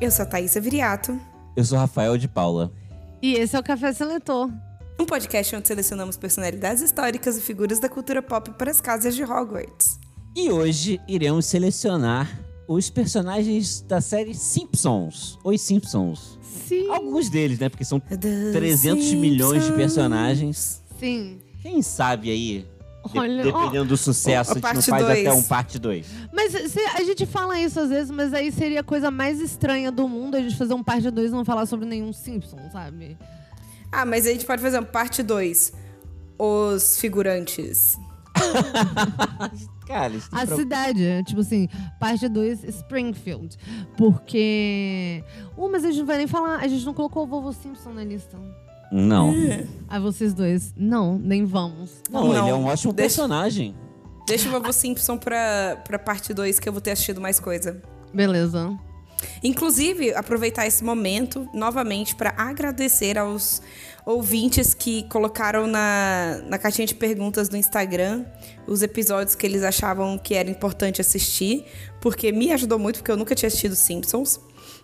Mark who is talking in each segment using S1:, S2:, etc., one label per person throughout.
S1: Eu sou a Thaisa Viriato,
S2: Eu sou Rafael de Paula.
S3: e esse é o Café Seletor.
S1: um podcast onde selecionamos personalidades históricas e figuras da cultura pop para as casas de Hogwarts.
S2: E hoje iremos selecionar os personagens da série Simpsons. Os Simpsons.
S3: Sim,
S2: Alguns deles, né? Porque são 300 milhões de personagens.
S3: sim.
S2: Quem sabe aí, de-
S3: Olha, ó,
S2: dependendo do sucesso,
S1: ó,
S2: a gente não
S1: parte
S2: faz
S1: dois.
S2: até um parte 2.
S3: mas se- a gente fala isso às vezes, mas aí seria a coisa mais estranha do mundo a gente fazer um par de dois e não falar sobre nenhum Simpson, sabe?
S1: Ah, mas a gente pode fazer uma parte 2. Os figurantes.
S2: Cara, isso é tem
S3: A
S2: pro-
S3: cidade, tipo assim, parte 2, Springfield. Porque. Uh, mas a gente não vai nem falar, a gente não colocou o Vovô Simpson na lista.
S2: Não.
S3: Ah, vocês dois. Não, nem vamos.
S2: não.
S1: Hum, Não.
S2: ele é um ótimo
S1: Deixa-
S2: personagem.
S1: Deixa o Vovô Simpson pra, pra parte 2, que eu vou ter assistido mais coisa.
S3: Beleza.
S1: Inclusive, aproveitar esse momento novamente para agradecer aos ouvintes que colocaram na, na caixinha de perguntas do Instagram os episódios que eles achavam que era importante assistir, porque me ajudou muito, porque eu nunca tinha assistido Simpsons.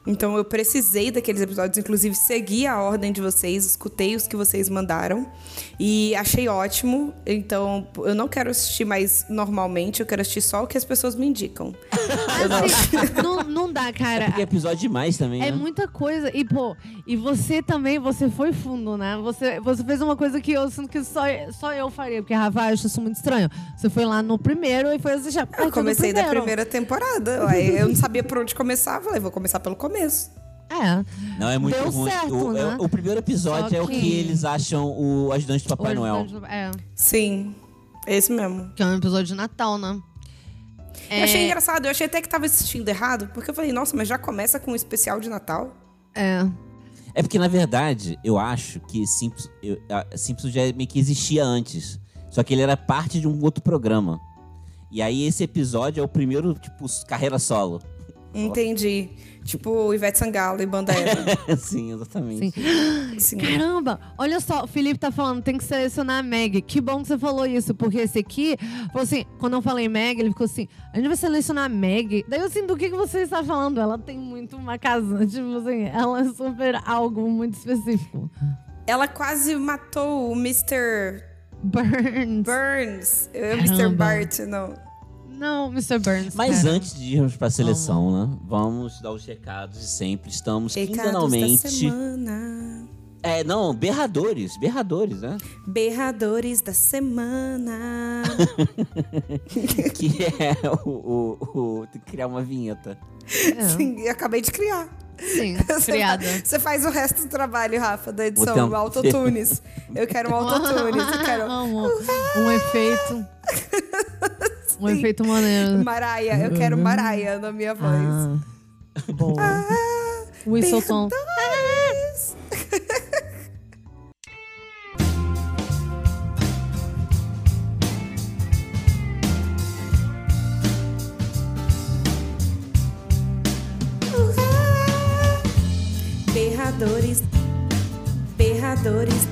S1: Então eu precisei daqueles episódios, inclusive segui a ordem de vocês, escutei os que vocês mandaram e achei ótimo. Então eu não quero assistir mais normalmente, eu quero assistir só o que as pessoas me indicam.
S3: Assim, não, não dá, cara.
S2: Porque é episódio demais também,
S3: É
S2: né?
S3: muita coisa. E, pô, e você também, você foi fundo, né? Você, você fez uma coisa que eu sinto que só, só eu faria, porque, Rafa, eu acho isso muito estranho. Você foi lá no primeiro e foi assim, assistir. a partir
S1: Eu
S3: do
S1: comecei da
S3: primeiro.
S1: primeira temporada. ué. Eu não sabia por onde começar. Falei, vou começar pelo começo.
S3: É.
S2: Não, é muito
S3: Deu
S2: ruim.
S3: certo,
S2: o, é-
S3: né?
S2: o primeiro episódio
S3: Só
S2: é o
S3: que-
S2: que eles acham o ajudante do Papai
S3: Hoje,
S2: Noel.
S3: É.
S1: Sim, esse mesmo.
S3: Que é um episódio de Natal, né? É.
S1: Eu achei engraçado. Eu achei até que tava assistindo errado. Porque eu falei, nossa, mas já começa com um especial de Natal?
S3: É.
S2: É porque, na verdade, eu acho que Simpsons, eu- a- Simpsons já meio que existia antes. Só que ele era parte de um outro programa. E aí esse episódio é o primeiro, tipo, s- carreira solo.
S1: Entendi. Tipo Ivete Sangalo e Banda Eva.
S2: Sim,
S3: Sim.
S2: exatamente.
S1: Sim.
S3: Caramba, olha só, o Felipe tá falando, tem que selecionar a Meg. Que bom que você falou isso, porque esse aqui, falou assim, quando eu falei Meg, ele ficou assim, a gente vai selecionar a Meg. Daí eu assim, do que, que você está falando? Ela tem muito uma casa, tipo assim, ela é super algo muito específico.
S1: Ela quase matou o Mr.
S3: Burns.
S1: Burns. Eu,
S3: Caramba.
S1: Mr. Bart, não.
S3: Não, Mr. Burns.
S2: Mas
S3: cara.
S2: antes de irmos pra seleção, né? Vamos dar os recados de sempre. Estamos
S1: Pecados da
S2: quinzenalmente.
S1: semana.
S2: É, não, berradores, berradores, né?
S1: Berradores da semana.
S2: que é o, o- o- Tem que criar uma vinheta.
S3: É,
S1: Sim, eu acabei de criar.
S3: sim,
S1: Você
S3: criada.
S1: fa- Você faz o resto do trabalho, Rafa, da edição,
S2: Vou ter um-
S1: o autotunes. Eu quero um autotunes, eu quero...
S3: Amo. Um efeito. Um efeito maneiro.
S1: Maraia, eu quero Maraia na minha voz.
S3: Ah, boa. Whistleton.
S1: Berradores. Berradores, berradores,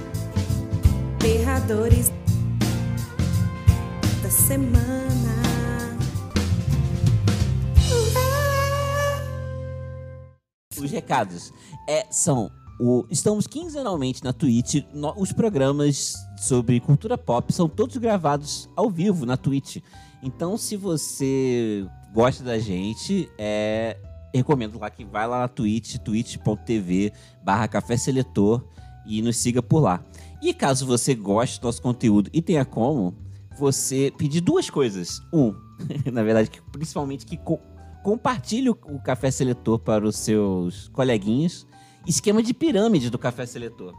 S1: berradores da semana.
S2: Os recados é, são o estamos quinzenalmente na Twitch. no- os programas sobre cultura pop são todos gravados ao vivo na Twitch. Então, se você gosta da gente, é, recomendo lá que vai lá na Twitch, twitch.tv barra café seletor e nos siga por lá. E caso você goste do nosso conteúdo e tenha como, você pedir duas coisas. Um, na verdade, que, principalmente que co- compartilhe o, o Café Seletor para os seus coleguinhas. Esquema de pirâmide do Café Seletor.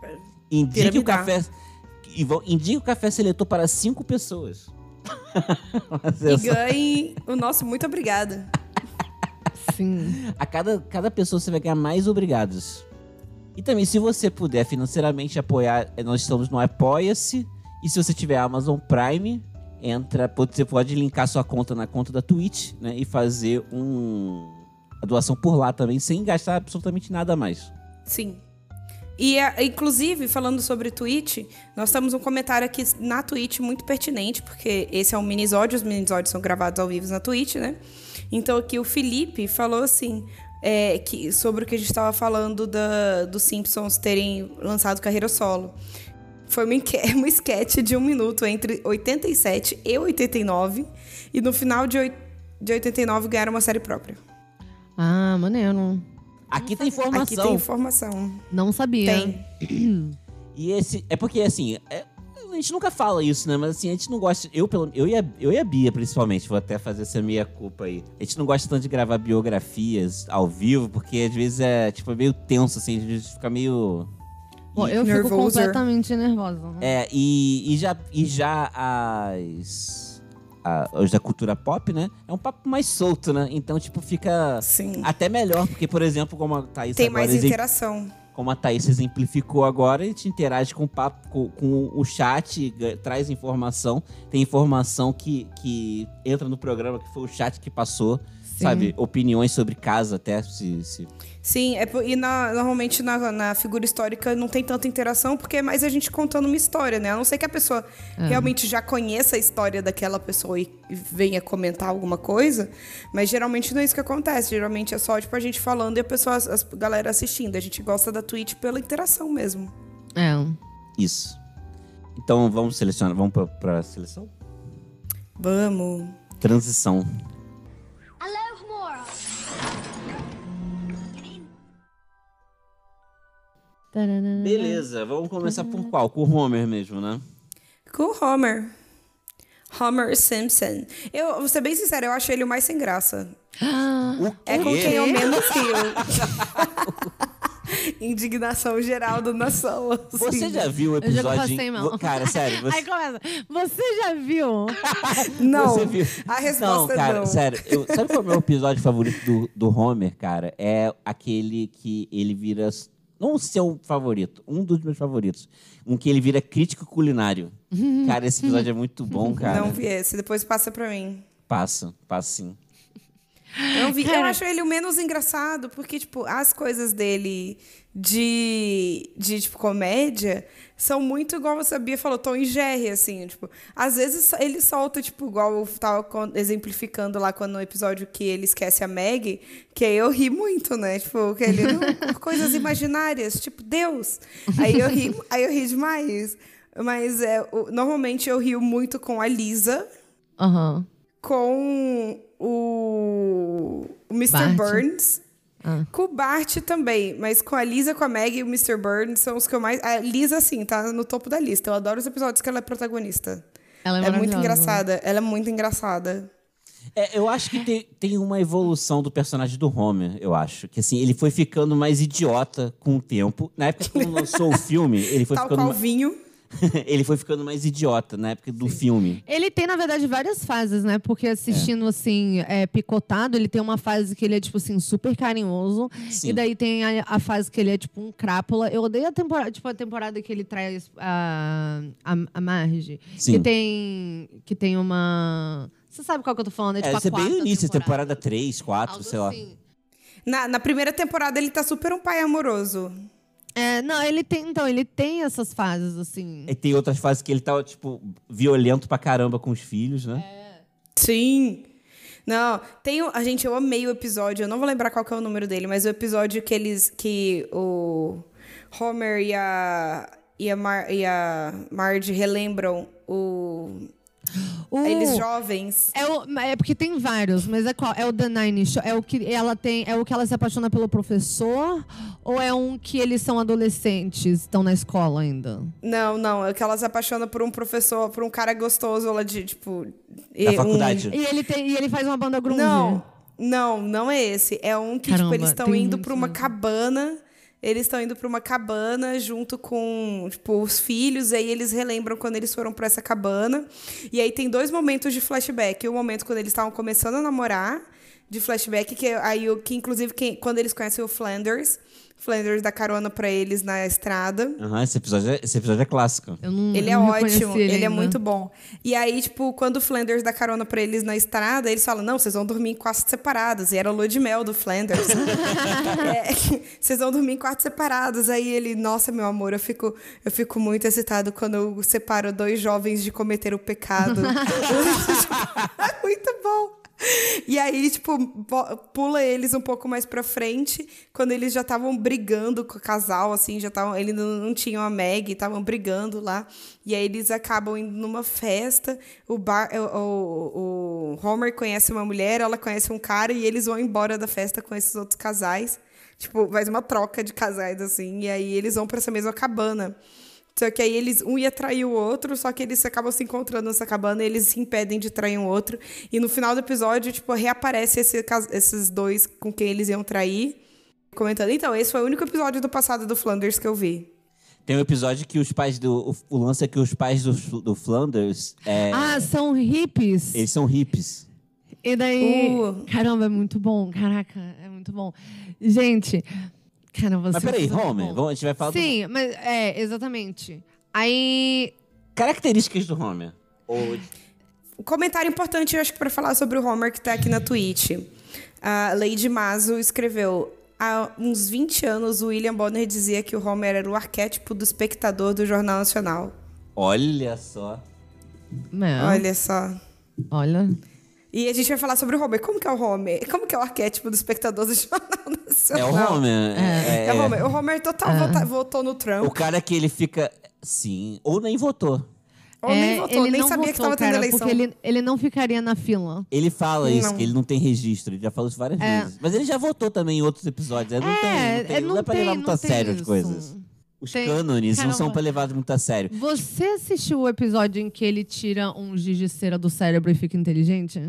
S2: Indique o
S1: Piramidar.
S2: café, e vão- indique o café Seletor para cinco pessoas. Mas é
S1: E
S2: só-
S1: ganhe o nosso muito obrigada.
S3: Sim.
S2: A cada, cada pessoa você vai ganhar mais obrigados. E também, se você puder financeiramente apoiar, eh, nós estamos no Apoia-se. E se você tiver Amazon Prime, entra, pode- você pode linkar sua conta na conta da Twitch, né? E fazer um, a doação por lá também, sem gastar absolutamente nada a mais.
S1: Sim. E, é, inclusive, falando sobre Twitch, nós temos um comentário aqui na Twitch muito pertinente, porque esse é um minisódio, os minisódios são gravados ao vivo na Twitch, né? Então aqui o Felipe falou assim, é, que, sobre o que a gente estava falando da, dos Simpsons terem lançado carreira solo. Foi uma, enque- uma esquete de um minuto entre 87 e 89, e no final de, oit- de 89 ganharam uma série própria.
S3: Ah, maneiro.
S2: Aqui tem informação.
S1: Aqui tem informação.
S3: Não sabia.
S1: Tem.
S2: E esse. É porque assim. é- a gente nunca fala isso, né? Mas assim, a gente não gosta. Eu, pelo, eu, e a, eu e a Bia, principalmente, vou até fazer essa minha culpa aí. A gente não gosta tanto de gravar biografias ao vivo, porque às vezes é, tipo, é meio tenso, assim, às vezes fica meio.
S3: Bom, eu fico
S1: Nervoso.
S3: completamente nervosa. né?
S2: É, e, e já, e já as. a- os da cultura pop, né? É um papo mais solto, né? Então, tipo, fica
S1: Sim.
S2: até melhor, porque, por exemplo, como a Thaís
S1: Tem
S2: Ah, agora
S1: mais
S2: exemplificou-
S1: interação.
S2: como a Thaís exemplificou agora, a gente interage com o, papo, com, com o chat, ga- traz informação. Tem informação que, que entra no programa, que foi o chat que passou,
S3: Sim.
S2: É, sabe? Opiniões sobre casa até. Se, se-
S1: Sim, é po- e na- normalmente na, na figura histórica não tem tanta interação, porque é mais a gente contando uma história, né? A não ser que a pessoa realmente já conheça a história daquela pessoa e e venha comentar alguma coisa, mas geralmente não é isso que acontece. Geralmente é só, tipo, a gente falando e a pessoa, as- as- a galera assistindo. A gente gosta da Twitch pela interação mesmo.
S3: É.
S2: Isso. Então vamos selecionar, vamos pra, pra seleção?
S1: Vamos.
S2: Transição. um
S3: Tararara.
S2: Beleza, vamos começar
S3: Uhum.
S2: por qual? Com o Homer mesmo, né?
S1: Com o Homer. Homer Simpson. Eu vou ser bem sincera, eu acho ele o mais sem graça.
S3: Ah,
S2: O
S1: É com quem eu menos fio. Indignação geral da nação. assim.
S2: Você já viu o
S3: Eu já
S2: episódio.
S3: passei
S2: em-
S3: mal.
S2: Cara, sério, você.
S3: Aí começa. Você já viu?
S1: Não.
S2: Você viu?
S1: A
S2: Não,
S1: resposta é
S2: cara,
S1: não.
S2: sério. eu- sabe qual é o meu episódio favorito do, do Homer, cara? É aquele que ele vira. Não o seu favorito, um dos meus favoritos. Um que ele vira crítico culinário. Cara, esse episódio é muito bom, cara.
S1: Não vi esse, depois passa pra mim.
S2: Passa, passa sim.
S1: Eu não vi. Eu
S3: Cara.
S1: acho ele o menos engraçado, porque, tipo, as coisas dele de, de tipo, comédia são muito igual você sabia, falou, Tom e Jerry, assim, tipo. Às vezes ele solta, tipo, igual eu tava con- exemplificando lá quando no episódio que ele esquece a Maggie, que aí eu ri muito, né? Tipo, que ele, não, por coisas imaginárias, tipo, Deus. Aí eu ri, aí eu ri demais. Mas é, o- normalmente eu rio muito com a Lisa,
S3: Aham.
S1: com o, o Mr.
S3: Bart.
S1: Burns.
S3: Ah.
S1: Com o Bart também, mas com a Lisa, com a Maggie e o Mr. Burns são os que eu mais. A Lisa, sim, tá no topo da lista. Eu adoro os episódios que ela é protagonista.
S3: Ela é
S1: é muito
S3: maravilhosa.
S1: engraçada. Ela é muito engraçada.
S2: É, eu acho que tem, tem uma evolução do personagem do Homer, eu acho. Que assim, ele foi ficando mais idiota com o tempo. Na época quando lançou o filme, ele foi,
S1: Tal
S2: ficando,
S1: qual
S2: ma-
S1: vinho.
S2: ele foi ficando mais idiota na época do filme.
S3: Ele tem, na verdade, várias fases, né? Porque assistindo, assim, é, picotado, ele tem uma fase que ele é, tipo assim, super carinhoso.
S2: Sim.
S3: E daí tem a, a fase que ele é, tipo, um crápula. Eu odeio a temporada, tipo, a temporada que ele traz a, a, a Marge. Que
S2: Sim.
S3: tem. Que tem uma. Você sabe qual que eu tô falando? É, tipo,
S2: É,
S3: a
S2: isso é bem
S3: quarta
S2: no início,
S3: temporada.
S2: temporada 3, 4,
S3: Algo
S2: sei lá.
S3: assim.
S1: Na, na primeira temporada ele tá super um pai amoroso.
S3: É, não, ele tem. Então, ele tem essas fases, assim.
S2: E tem outras fases que ele tá, tipo, violento pra caramba com os filhos, né?
S1: Sim. Não, tem o- a gente eu amei o episódio, eu não vou lembrar qual que é o número dele, mas o episódio que eles que o Homer e a e a, Mar, e a Marge relembram o
S3: O-
S1: Eles jovens.
S3: É, o- é porque tem vários, mas é qual? É o The Nine Show? É o que ela tem, é o que ela se apaixona pelo professor? Ou é um que eles são adolescentes, estão na escola ainda?
S1: Não, não. É que elas se apaixonam por um professor, por um cara gostoso lá de, tipo. e
S2: Da
S1: um-
S2: faculdade.
S3: É. E ele, tem, e ele faz uma banda grunge?
S1: Não, não, não é esse. É um que,
S3: um Caramba,
S1: tipo, eles estão
S3: tem
S1: indo
S3: muitos
S1: pra uma
S3: mesmo.
S1: cabana. Eles estão indo pra uma cabana junto com, tipo, os filhos. E aí eles relembram quando eles foram pra essa cabana. E aí tem dois momentos de flashback. O momento quando eles estavam começando a namorar, de flashback, que aí o que, inclusive, quem- quando eles conhecem o Flanders. Flanders dá carona pra eles na estrada.
S2: Aham, esse, episódio é, esse episódio é clássico.
S3: Eu não-
S1: Ele é
S3: Hum, eu não reconheci
S1: ótimo, ele, é
S3: ainda.
S1: muito bom. E aí, tipo, quando o Flanders dá carona pra eles na estrada, eles falam: não, vocês vão dormir em quartos separados. E era o lua de mel do Flanders. É, vocês vão dormir em quartos separados. Aí ele, nossa, meu amor, eu fico, eu fico muito excitado quando eu separo dois jovens de cometer o pecado. muito bom. E aí, tipo, bo- pula eles um pouco mais pra frente, quando eles já estavam brigando com o casal, assim, já estavam. Eles não, não tinham a Meg, estavam brigando lá. E aí eles acabam indo numa festa. O, bar, o, o- o Homer conhece uma mulher, ela conhece um cara, e eles vão embora da festa com esses outros casais. Tipo, faz uma troca de casais, assim, e aí eles vão pra essa mesma cabana. Só que aí eles, um ia trair o outro, só que eles acabam se encontrando nessa cabana e eles se impedem de trair um outro. E no final do episódio, tipo, reaparece esse cas- esses dois com quem eles iam trair. Comentando, então, esse foi o único episódio do passado do Flanders que eu vi.
S2: Tem um episódio que os pais do. O, o lance é que os pais do, do Flanders. é,
S3: Ah, são hippies.
S2: Eles são hippies.
S3: E daí.
S1: Uh.
S3: Caramba, é muito bom. Caraca, é muito bom. Gente, cara, você.
S2: Mas peraí, Homer, vamos- a gente vai falar do-
S3: Sim, mas é, exatamente. Aí.
S2: Características do Homer. Ou-
S1: Um comentário importante, eu acho que pra falar sobre o Homer que tá aqui na Twitch. A Lady Mazo escreveu: Há uns 20 anos, o William Bonner dizia que o Homer era o arquétipo do espectador do Jornal Nacional.
S2: Olha só.
S3: Não, olha.
S1: Olha só. E a gente vai falar sobre o Homer. Como que é o Homer? Como que é o arquétipo do espectador do Jornal
S2: É
S1: Nacional?
S2: o Homer.
S1: É,
S2: É,
S1: o Homer. O Homer total
S3: Ah.
S1: vota- votou no Trump.
S2: O cara que ele fica. Sim. Ou nem votou.
S1: Ou nem
S3: É,
S1: votou,
S3: ele
S1: nem
S3: não
S1: sabia que
S3: votou,
S1: tava tendo
S3: cara,
S1: eleição.
S3: Porque ele, ele não ficaria na fila.
S2: Ele fala isso,
S1: Não.
S2: que ele não tem registro. Ele já falou isso várias
S3: É.
S2: vezes. Mas ele já votou também em outros episódios. né? Não tem, não tem.
S3: é,
S2: não dá pra levar muito
S3: não
S2: a
S3: tem
S2: sério as
S3: isso.
S2: coisas. Os
S3: Tem-
S2: cânones não são
S3: Caramba.
S2: pra levar muito a sério.
S3: Você assistiu o episódio em que ele tira um giz de cera do cérebro e fica inteligente?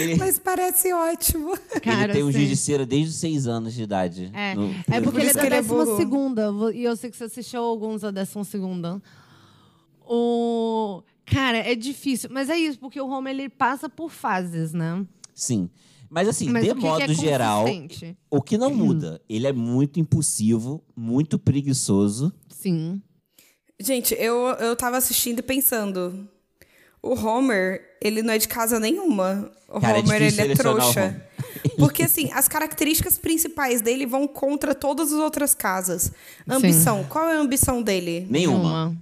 S2: Ele,
S1: Mas parece ótimo.
S3: Cara,
S2: ele tem um
S3: assim,
S2: giz de cera desde os seis anos de idade.
S3: É,
S2: No-
S3: é porque
S1: Por
S3: ele é
S1: isso
S3: da
S1: que ele é
S3: décima
S1: burro.
S3: segunda. vo- E eu sei que você assistiu alguns da décima segunda. O... Cara, é difícil. Mas é isso, porque o Homer, ele passa por fases, né?
S2: Sim. Mas assim,
S3: Mas
S2: de
S3: o que que é
S2: modo geral,
S3: consistente? Hum.
S2: o que não muda, ele é muito impulsivo, muito preguiçoso.
S3: Sim.
S1: Gente, eu, eu tava assistindo e pensando. O Homer, ele não é de casa nenhuma. O
S2: Cara, é
S1: Homer,
S2: difícil
S1: ele é
S2: selecionar o
S1: trouxa.
S2: Homer.
S1: Porque, assim, as características principais dele vão contra todas as outras casas. Ambição. Qual é a ambição dele?
S2: Nenhuma.
S3: Uma.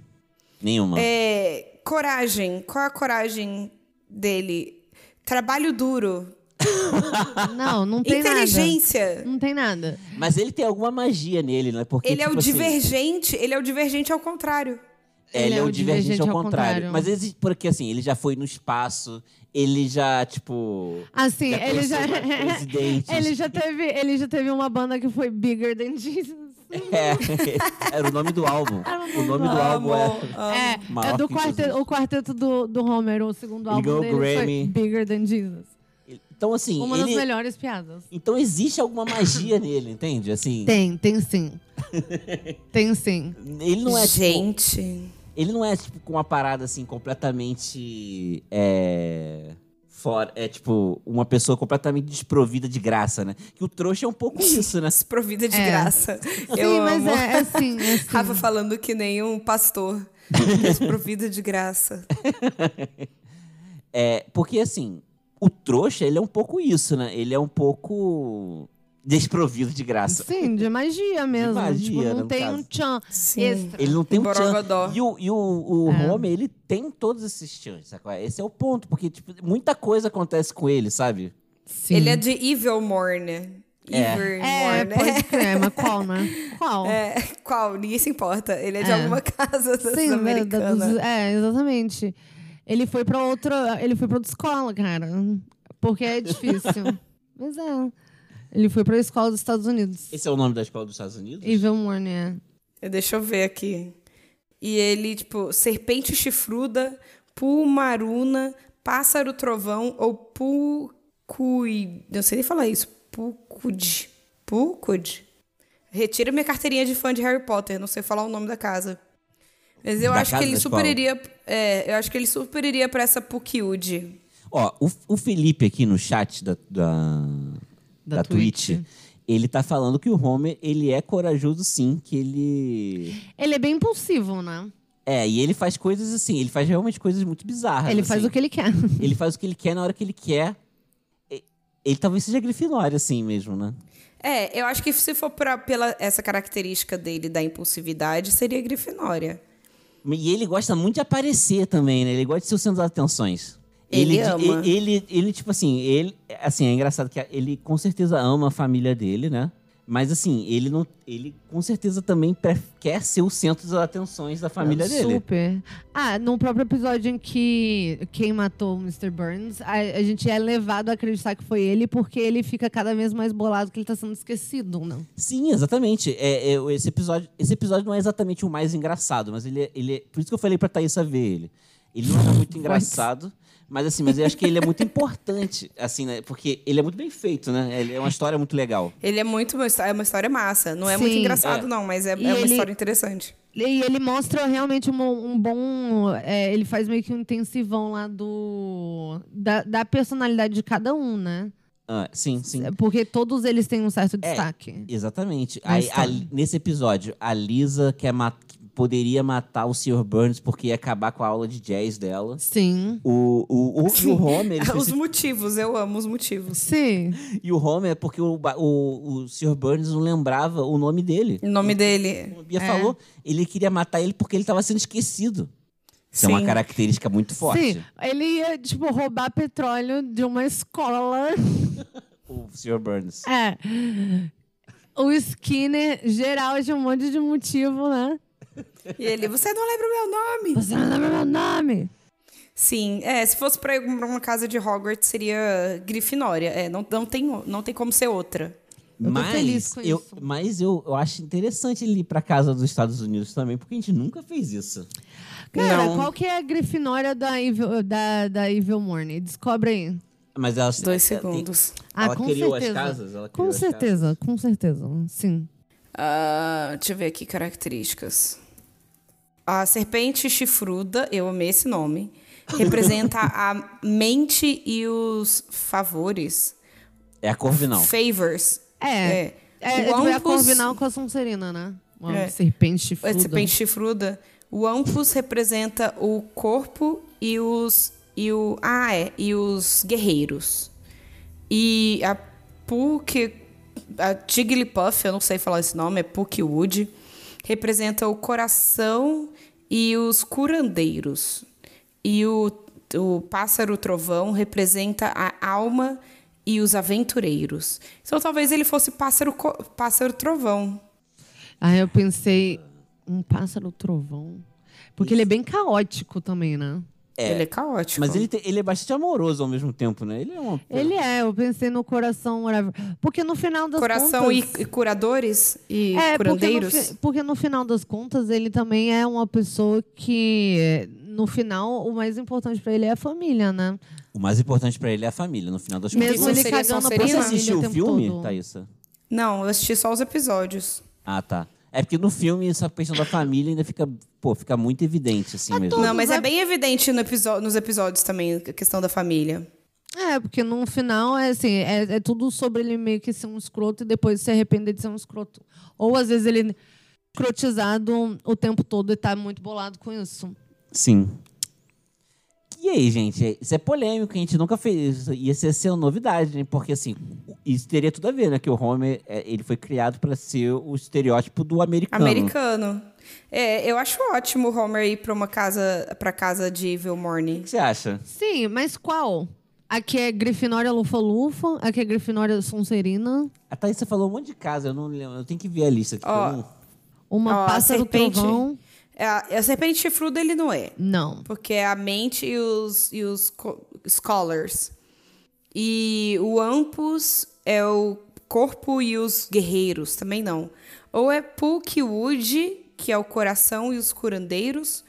S2: Nenhuma.
S1: É, coragem. Qual a coragem dele? Trabalho duro.
S3: Não, não tem nada.
S1: Inteligência.
S3: Não tem nada.
S2: Mas ele tem alguma magia nele, né? Porque,
S1: Ele é o
S2: tipo assim,
S1: divergente. Ele é o divergente ao contrário.
S2: Ele, é o divergente, ao contrário. Mas existe porque assim, ele já foi no espaço, ele já, tipo.
S3: Assim,
S2: Já
S3: ele já.
S2: conheceu vários presidentes.
S3: ele já teve. Ele já teve uma banda que foi Bigger Than Jesus.
S2: É, era o nome do álbum. o nome do álbum é.
S1: Amo.
S3: É,
S2: Maior
S3: é do
S2: que
S3: quarteto,
S2: Jesus.
S3: o quarteto do, do Homer, o segundo
S2: Ele
S3: álbum
S2: ganhou
S3: dele
S2: Grammy.
S3: foi Bigger Than Jesus.
S2: Então, assim.
S3: Uma das
S2: ele...
S3: melhores piadas.
S2: Então existe alguma magia nele, entende? Assim.
S3: Tem, tem sim. tem sim.
S2: Ele não é. tipo,
S1: Gente.
S2: ele não é, tipo, com uma parada assim, completamente. É. Fora, é tipo, uma pessoa completamente desprovida de graça, né? Que o trouxa é um pouco isso, né?
S1: desprovida de
S3: É.
S1: graça. Eu
S3: sim, mas
S1: amo.
S3: é, é sim, é sim.
S1: Rafa falando que nem um pastor. desprovida de graça.
S2: É, porque assim, o trouxa, ele é um pouco isso, né? Ele é um pouco desprovido de graça.
S3: Sim, de magia mesmo.
S2: magia,
S3: tipo, não
S2: no
S3: tem
S2: caso.
S3: um tchan
S1: Sim.
S3: extra.
S2: Ele não tem um tchan.
S1: Borogodó.
S2: E o, e o, o
S3: É.
S2: Homer, ele tem todos esses tchans, sacou? Esse é o
S3: é
S2: ponto, porque tipo, muita coisa acontece com ele, sabe?
S3: Sim.
S1: Ele é de Evil Morn.
S2: É.
S1: Ivory
S3: É,
S1: Moore, né?
S3: pode crer, mas qual, né? Qual?
S1: É, qual? Ninguém se importa. Ele é de
S3: É.
S1: alguma casa da
S3: Sim, né, da-
S1: americana.
S3: dos- é, exatamente. Ele foi pra outra. Ele foi pra outra escola, cara. Porque é difícil. Mas é. Ele foi pra escola dos Estados Unidos.
S2: Esse é o nome da escola dos Estados Unidos?
S3: Evil Morning, é.
S1: Deixa eu ver aqui. E ele, tipo, serpente chifruda, pulmaruna, pássaro trovão ou pucui... Não sei nem falar isso. Pucud. Pucud. Retira minha carteirinha de fã de Harry Potter. Não sei falar o nome da casa. Mas eu
S2: Da
S1: acho que
S2: casa
S1: ele
S2: da escola.
S1: superiria... É, eu acho que ele superiria pra essa Pucud.
S2: Ó, o, o Felipe aqui no chat da, da,
S3: Da
S2: da,
S3: Twitch.
S2: Twitch. ele tá falando que o Homer, ele é corajoso sim, que ele...
S3: Ele é bem impulsivo, né?
S2: É, e ele faz coisas assim, ele faz realmente coisas muito bizarras.
S3: ele faz
S2: assim.
S3: o que ele quer.
S2: Ele faz o que ele quer na hora que ele quer. E- Ele talvez seja Grifinória assim mesmo, né?
S1: É, eu acho que se for pra, pela essa característica dele da impulsividade, seria Grifinória.
S2: E ele gosta muito de aparecer também, né? Ele gosta de ser o centro das atenções.
S1: Ele
S2: de-
S1: ama.
S2: e- Ele, ele, tipo assim, ele... Assim, é engraçado que ele com certeza ama a família dele, né? Mas assim, ele não... Ele com certeza também pre- quer ser o centro das atenções da família
S1: É
S2: dele.
S3: Super. Ah, no próprio episódio em que quem matou o Mr. Burns, a, a gente é levado a acreditar que foi ele, porque ele fica cada vez mais bolado que ele tá sendo esquecido, né?
S2: Sim, exatamente. É, é, esse, episódio, esse episódio não é exatamente o mais engraçado, mas ele, é- ele é- Por isso que eu falei pra Thaísa ver ele. Ele não é muito engraçado, mas assim, mas eu acho que ele é muito importante, assim, né? Porque ele é muito bem feito, né? Ele é uma história muito legal.
S1: Ele é muito uma histó- é uma história massa. Não é muito
S3: Sim.
S1: engraçado, não, mas é, é
S3: E
S1: uma
S3: ele-
S1: história interessante.
S3: E ele mostra realmente um, um bom. é, ele faz meio que um intensivão lá do. Da, da personalidade de cada um, né? É
S2: Ah, sim, sim.
S3: Porque todos eles têm um certo
S2: É.
S3: destaque.
S2: Exatamente.
S3: Na
S2: Aí,
S3: história.
S2: ali- nesse episódio, a Lisa quer ma- poderia matar o Sr. Burns porque ia acabar com a aula de jazz dela.
S3: Sim.
S2: O, o, o, e o Homer. ele
S1: Os
S2: precisa-
S1: motivos, eu amo os motivos.
S3: Sim.
S2: e o Homer é porque o, ba- o, o Sr. Burns não lembrava o nome dele.
S1: O nome dele.
S2: Como a
S3: É.
S2: Bia falou, ele queria matar ele porque ele estava sendo esquecido. Isso é
S1: Sim.
S2: uma característica muito forte.
S3: Sim. Ele ia, tipo, roubar petróleo de uma escola.
S2: O Sr. Burns.
S3: É. O Skinner geral de um monte de motivo, né?
S1: E ele, você não lembra o meu nome?
S3: Você não lembra meu nome?
S1: Sim, é, se fosse pra ir pra uma casa de Hogwarts, seria Grifinória. É, não, não, tem, não tem como ser outra.
S3: Eu tô feliz com
S2: eu,
S3: isso.
S2: Mas eu, eu acho interessante ele ir pra casa dos Estados Unidos também, porque a gente nunca fez isso.
S3: Cara,
S1: Não.
S3: qual que é a grifinória da Evil, da, da Evil Morning? Descobre aí.
S2: Mas ela,
S1: Dois
S2: ela tem-
S1: segundos.
S3: Ah,
S2: ela
S3: com
S2: criou
S3: certeza.
S2: as casas? Ela criou
S3: Com
S2: as
S3: certeza, com certeza. Sim.
S1: Ah, deixa eu ver aqui características. A serpente chifruda, eu amei esse nome, representa a mente e os favores,
S2: casas? É a Corvinal.
S1: favors.
S3: É.
S1: É.
S3: É,
S1: O
S3: tu é a
S1: Ampus-
S3: Corvinal com a Sonserina, né? Uma
S1: É.
S3: serpente chifruda.
S1: A serpente chifruda. O Ampus representa o corpo e os. E o, ah, é. E os guerreiros. E a Puke. A Jigglypuff, eu não sei falar esse nome, é Pukewood. Representa o coração e os curandeiros. E o, o pássaro trovão representa a alma e os aventureiros. Então talvez ele fosse pássaro, co- pássaro trovão.
S3: Aí eu pensei, um pássaro trovão. Porque ele é bem caótico também, né?
S1: Ele é caótico.
S2: Mas ele, tem- ele é bastante amoroso ao mesmo tempo, né? Ele é uma.
S3: Ele é, eu pensei no coração, whatever. Porque no final das
S1: Coração
S3: contas...
S1: e, e curadores e
S3: É, porque no,
S1: curandeiros.
S3: fi- porque no final das contas, ele também é uma pessoa que, no final, o mais importante pra ele é a família, né?
S2: O mais importante pra ele é a família, no final das
S3: Mesmo
S1: não
S2: contas.
S3: ele
S1: seria
S3: cagando a
S1: Sonserina?
S3: própria
S2: Você
S1: Você
S3: família
S2: assistiu
S3: o
S2: o
S3: tempo
S2: filme,
S3: todo.
S2: Thaísa?
S1: Não, eu assisti só os episódios.
S2: Ah, tá. É porque no filme essa questão da família ainda fica, pô, fica muito evidente, assim mesmo.
S3: Todos,
S1: não, mas
S3: né?
S1: é bem evidente no episo- nos episódios também a questão da família.
S3: É, porque no final é assim, é, é tudo sobre ele meio que ser um escroto e depois se arrepender de ser um escroto. Ou às vezes ele é escrotizado o tempo todo e tá muito bolado com isso.
S2: Sim. E aí, gente? Isso é polêmico, a gente nunca fez isso. E essa ia ser uma novidade, né? Porque, assim, isso teria tudo a ver, né? Que o Homer, é, ele foi criado pra ser o estereótipo do americano.
S1: Americano. É, eu acho ótimo o Homer ir pra uma casa, pra casa de Evil
S2: O
S1: Morning.
S2: que você acha?
S3: Sim, mas qual? Aqui é Grifinória Lufa-Lufa. Aqui é Grifinória Sonserina.
S2: A Thaís, você falou um monte de casa, eu não lembro. Eu tenho que ver a lista aqui.
S1: Ó.
S2: eu não-
S3: Uma
S1: Ó,
S3: Pássaro
S1: serpente.
S3: Trovão.
S1: É, a, a serpente chifruda ele não é.
S3: Não.
S1: Porque é a mente e os, e os co- scholars. E o Ampus é o corpo e os guerreiros, também não. Ou é Pulkwood, que é o coração e os curandeiros,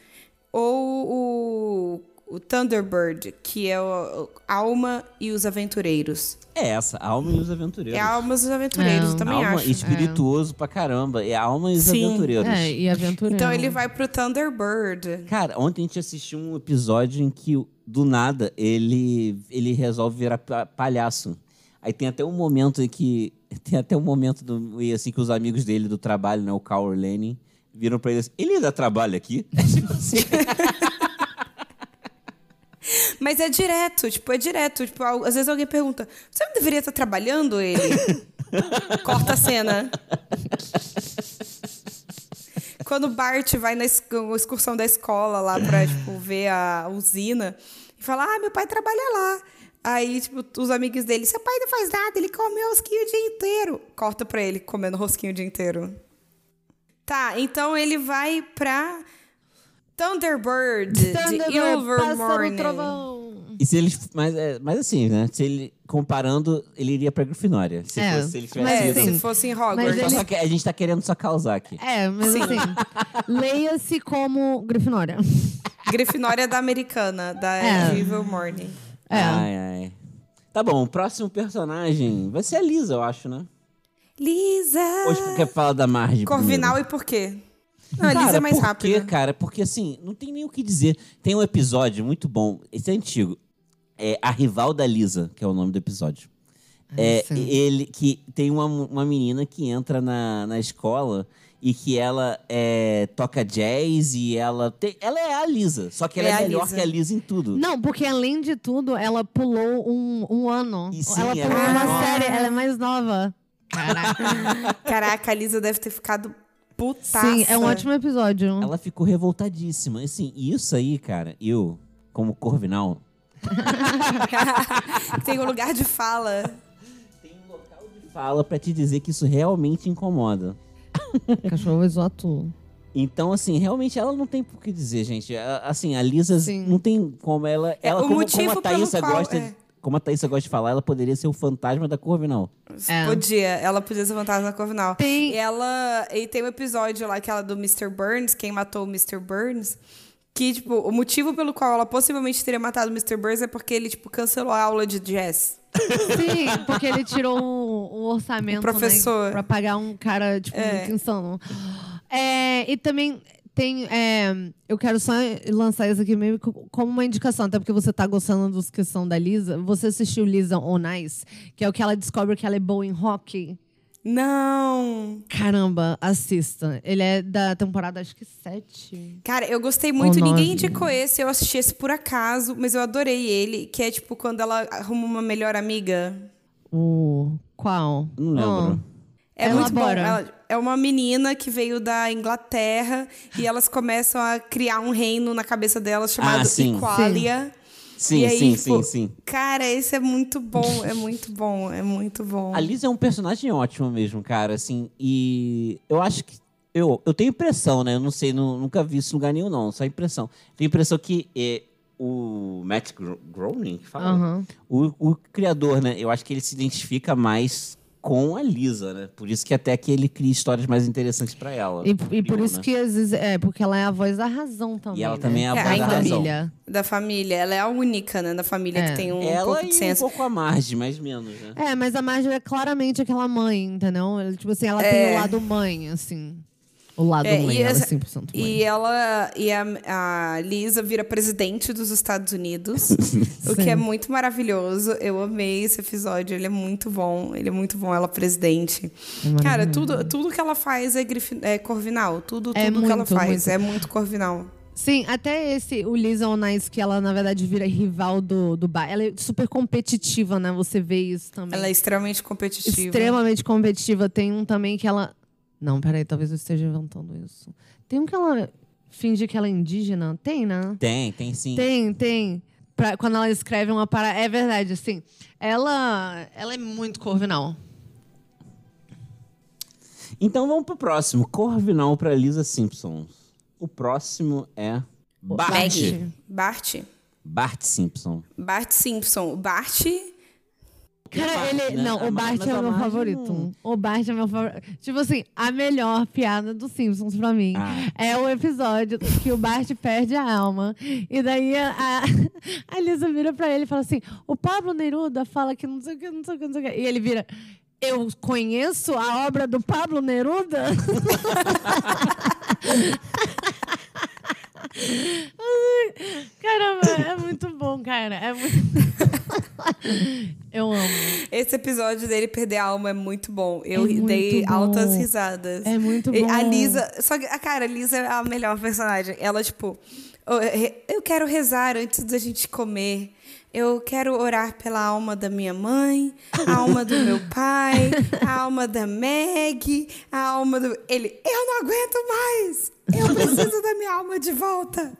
S1: ou o, o Thunderbird, que é o, o alma e os aventureiros.
S2: É essa, Alma e os Aventureiros.
S1: É almas e os aventureiros,
S3: É.
S1: também
S2: Alma
S1: acho.
S2: e espirituoso pra caramba. É Alma e os
S1: Sim.
S2: Aventureiros.
S3: É, e aventureiro.
S1: Então ele vai pro Thunderbird.
S2: Cara, ontem a gente assistiu um episódio em que, do nada, ele, ele resolve virar pa- palhaço. Aí tem até um momento em que. Tem até um momento do, e assim que os amigos dele do trabalho, né? O Carl Lenin, viram pra ele assim: ele ainda trabalha aqui? Tipo assim,
S1: Mas é direto, tipo, é direto. Tipo, al- às vezes alguém pergunta, você não deveria estar trabalhando ele? Corta a cena. Quando o Bart vai na es- na excursão da escola lá pra, tipo, ver a usina e fala, ah, meu pai trabalha lá. Aí, tipo, os amigos dele, seu pai não faz nada, ele come rosquinho o dia inteiro. Corta pra ele comendo rosquinho o dia inteiro. Tá, então ele vai pra Thunderbird, de
S3: Thunderbird,
S1: Ilvermorny.
S3: é Pássaro Trovão.
S2: e se ele. Mas, é- mas assim, né? Se ele. Comparando, ele iria pra Grifinória. Se,
S3: É,
S2: fosse, se ele
S3: mas
S2: tivesse
S3: assim,
S2: ido.
S1: se fosse em
S3: mas
S1: Hogwarts.
S2: Só-
S3: ele-
S2: só que a gente tá querendo só causar aqui.
S3: É, mas assim, leia-se como Grifinória.
S1: Grifinória é da americana, da
S3: É.
S1: Evil Morning.
S3: É.
S2: Ai, ai. Tá bom, o próximo personagem vai ser a Lisa, eu acho, né?
S1: Lisa!
S2: Hoje
S3: Ah.
S2: porque fala da Marge.
S1: Corvinal
S2: primeiro.
S1: e por quê? Não, a
S2: Cara,
S1: Lisa é mais
S2: por
S1: rápida.
S2: Quê, cara? Porque assim, não tem nem o que dizer. Tem um episódio muito bom, esse é antigo. É A Rival da Lisa, que é o nome do episódio.
S1: Ah,
S2: É,
S3: sim.
S2: ele que tem uma, uma menina que entra na, na escola e que ela é, toca jazz e ela tem, ela é a Lisa, só que ela
S1: É
S2: é,
S1: a
S2: melhor
S1: Lisa.
S2: que a Lisa em tudo.
S3: Não, porque além de tudo, ela pulou um, um ano.
S2: E sim,
S3: ela
S2: ela
S3: pulou
S2: é
S3: uma
S2: nova.
S3: série, ela é mais nova.
S1: Caraca, a Lisa deve ter ficado putaça.
S3: Sim, é um ótimo episódio.
S2: Ela ficou revoltadíssima. Assim, e isso aí, cara, eu, como Corvinal,
S1: Tem um lugar de fala.
S2: tem um local de fala pra te dizer que isso realmente incomoda. É um
S3: Cachorro exoto.
S2: Então, assim, realmente ela não tem por que dizer, gente. A- Assim, a Lisa
S3: Sim.
S2: não tem como ela.
S1: É,
S2: ela
S1: o
S2: como, como
S1: motivo
S2: a Thaísa
S1: pelo qual-
S2: gosta.
S1: é.
S2: Como a Thaísa gosta de falar, ela poderia ser o fantasma da Corvinal.
S3: É.
S1: Podia, ela podia ser fantasma corvinal.
S3: Tem-
S1: E ela. E tem um episódio lá, aquela do Mr. Burns, quem matou o Mr. Burns. Que, tipo, o motivo pelo qual ela possivelmente teria matado o Mr. Burns é porque ele, tipo, cancelou a aula de jazz.
S3: Sim, porque ele tirou o, o orçamento
S1: O professor.
S3: Né, pra pagar um cara, tipo,
S1: É.
S3: muito insano. É, e também tem. é, eu quero só lançar isso aqui meio co- como uma indicação, até porque você tá gostando dos que são da Lisa. Você assistiu Lisa on Ice, que é o que ela descobre que ela é boa em hockey.
S1: Não!
S3: Caramba, assista. Ele é da temporada, acho que sete.
S1: Cara, eu gostei muito,
S3: Ou
S1: ninguém
S3: nove.
S1: indicou esse, eu assisti esse por acaso, mas eu adorei ele, que é tipo quando ela arruma uma melhor amiga.
S3: O. Qual?
S2: Não lembro.
S1: É muito bom.
S3: Elabora.
S1: Ela- é uma menina que veio da Inglaterra e elas começam a criar um reino na cabeça delas chamado
S2: Ah, sim.
S1: Equalia.
S2: Sim,
S1: E aí,
S2: sim,
S1: tipo,
S2: sim, sim.
S1: Cara, esse é muito bom, é muito bom, é muito bom.
S2: A Lisa é um personagem ótimo mesmo, cara, assim, e eu acho que. Eu, eu tenho impressão, né? Eu não sei, nu- nunca vi isso em lugar nenhum, não, só impressão. Tenho impressão que é, o Matt Gro- Groening, que fala?
S3: Ah, Aham.
S2: O, o criador, né? Eu acho que ele se identifica mais com a Lisa, né? Por isso que até que ele cria histórias mais interessantes pra ela.
S3: E, e por
S2: Criou,
S3: isso
S2: né?
S3: que às vezes. É, porque ela é a voz da razão também.
S2: E ela
S3: né?
S2: também é a
S1: É,
S2: voz da
S1: ainda.
S2: razão.
S3: família.
S1: Da família, ela é a única, né, da família
S3: É.
S1: que tem um
S2: Ela
S1: pouco de
S2: e um
S1: senso.
S2: pouco a Marge, mais menos, né?
S3: É, mas a Marjorie é claramente aquela mãe, entendeu? Ela, Tipo assim, ela tem o lado mãe, assim. O lado
S1: É,
S3: mãe,
S1: e
S3: ela é
S1: essa-
S3: 100% mãe.
S1: E ela e a, a Lisa vira presidente dos Estados Unidos, o que é muito maravilhoso. Eu amei esse episódio, ele é muito bom, ele é muito bom ela presidente.
S3: É
S1: Cara, tudo tudo que ela faz é, grifin, é corvinal, tudo tudo
S3: É
S1: que ela
S3: muito,
S1: faz
S3: muito.
S1: é muito corvinal.
S3: Sim, até esse, o Lisa on Ice, que ela, na verdade, vira rival do, do bar. Ela é super competitiva, né? Você vê isso também.
S1: Ela é extremamente competitiva.
S3: extremamente competitiva. Tem um também que ela. Não, peraí, talvez eu esteja inventando isso. Tem um que ela finge que ela é indígena? Tem, né?
S2: Tem, tem sim.
S3: Tem, tem. pra- quando ela escreve uma parada. É verdade, assim. Ela, ela é muito corvinal.
S2: Então vamos pro próximo. Corvinal pra Lisa Simpson. O próximo é Bart.
S3: Maggie.
S1: Bart.
S2: Bart Simpson.
S1: Bart Simpson. O Bart.
S3: Cara,
S2: Bart,
S3: ele.
S2: né?
S3: Não,
S2: A
S3: o
S2: Ma-
S3: Bart
S2: mas
S3: é
S2: a
S3: o meu
S2: Marge
S3: favorito.
S2: não-
S3: O Bart é meu favorito. Tipo assim, a melhor piada dos Simpsons pra mim
S2: Ah.
S3: é o episódio que o Bart perde a alma. E daí a, a, a Lisa vira pra ele e fala assim: o Pablo Neruda fala que não sei o que, não sei o que, não sei o que. E ele vira. Eu conheço a obra do Pablo Neruda? Caramba, é muito bom, cara. É muito... Eu amo.
S1: Esse episódio dele perder a alma é muito bom. Eu
S3: É muito
S1: dei
S3: bom.
S1: altas risadas.
S3: É muito
S1: E
S3: bom.
S1: A Lisa. Só que, a cara, a Lisa é a melhor personagem. Ela, tipo, "Oh, eh, eu quero rezar antes da gente comer. Eu quero orar pela alma da minha mãe, a alma do meu pai, a alma da Meg, a alma do. Ele, eu não aguento mais! Eu preciso da minha alma de volta!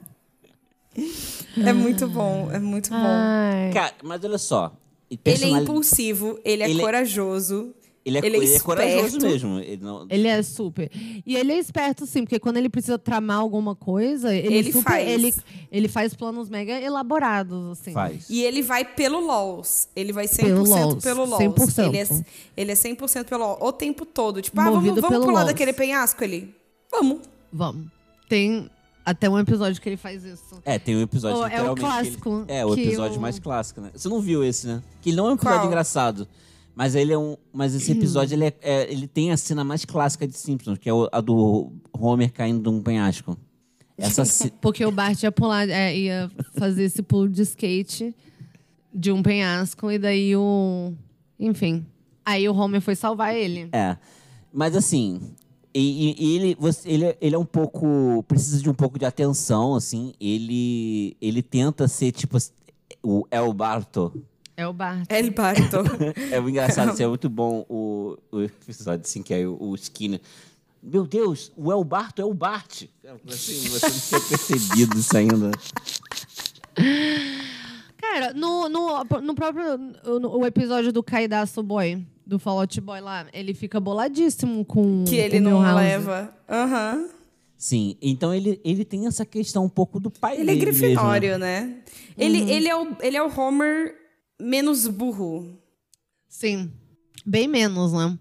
S1: É muito bom, é muito bom.
S3: Ai.
S2: Cara, mas olha só. e
S1: ele é
S2: personali-
S1: impulsivo, ele é
S2: ele é-
S1: corajoso,
S2: Ele é,
S1: ele é
S2: ele é corajoso
S1: esperto.
S2: mesmo. Ele não-
S3: Ele é super. E ele é esperto, sim, porque quando ele precisa tramar alguma coisa, ele,
S1: Ele
S3: super-
S1: faz.
S3: Ele, ele faz planos mega elaborados, assim.
S2: faz.
S1: E ele vai pelo LOLs. Ele vai 100%
S3: Pelo
S1: pelo
S3: LOLs,
S1: LOLs.
S3: 100%.
S1: Ele, é, ele é 100% pelo LOL o tempo todo. Tipo, ah,
S3: Movido
S1: vamos, vamos
S3: pelo
S1: pular
S3: LOLs.
S1: daquele penhasco ali? Vamos.
S3: Vamos. Tem até um episódio que ele faz isso.
S2: É, tem um episódio
S3: Oh, é o
S2: literalmente que ele-
S3: clássico,
S2: é, o
S3: que
S2: episódio
S3: o-
S2: mais clássico, né? Você não viu esse, né? Que não é um episódio
S1: Qual?
S2: engraçado. Mas ele é um. Mas
S3: Hum.
S2: esse episódio ele, é- é- ele tem a cena mais clássica de Simpsons, que é o- a do Homer caindo de um penhasco. Essa ce-
S3: Porque o Bart ia pular, é, ia fazer esse pulo de skate de um penhasco, e daí o. Enfim. Aí o Homer foi salvar ele.
S2: É. Mas assim, e- e- e ele, você- ele, é- ele é um pouco. Precisa de um pouco de atenção, assim. Ele, ele tenta ser tipo assim, o El Barto.
S3: É o Bart.
S1: El Barto.
S2: É muito engraçado, isso é muito bom o, o episódio, assim, que é o, o Skinner. Meu Deus, o El Barto é o Bart. Assim, você não tinha percebido isso ainda.
S3: Cara, no, no, no próprio no- o episódio do Caidaço Boy, do Fallout Boy lá, ele fica boladíssimo com
S1: que ele
S3: o
S1: não
S3: Milhouse.
S1: leva. Aham.
S2: Sim, então ele, ele tem essa questão um pouco do pai
S1: Ele é
S2: dele mesmo, né?
S1: grifinório, né?
S3: Uhum.
S1: Ele, ele, é o, ele é o Homer menos burro.
S3: Sim. Bem menos, né?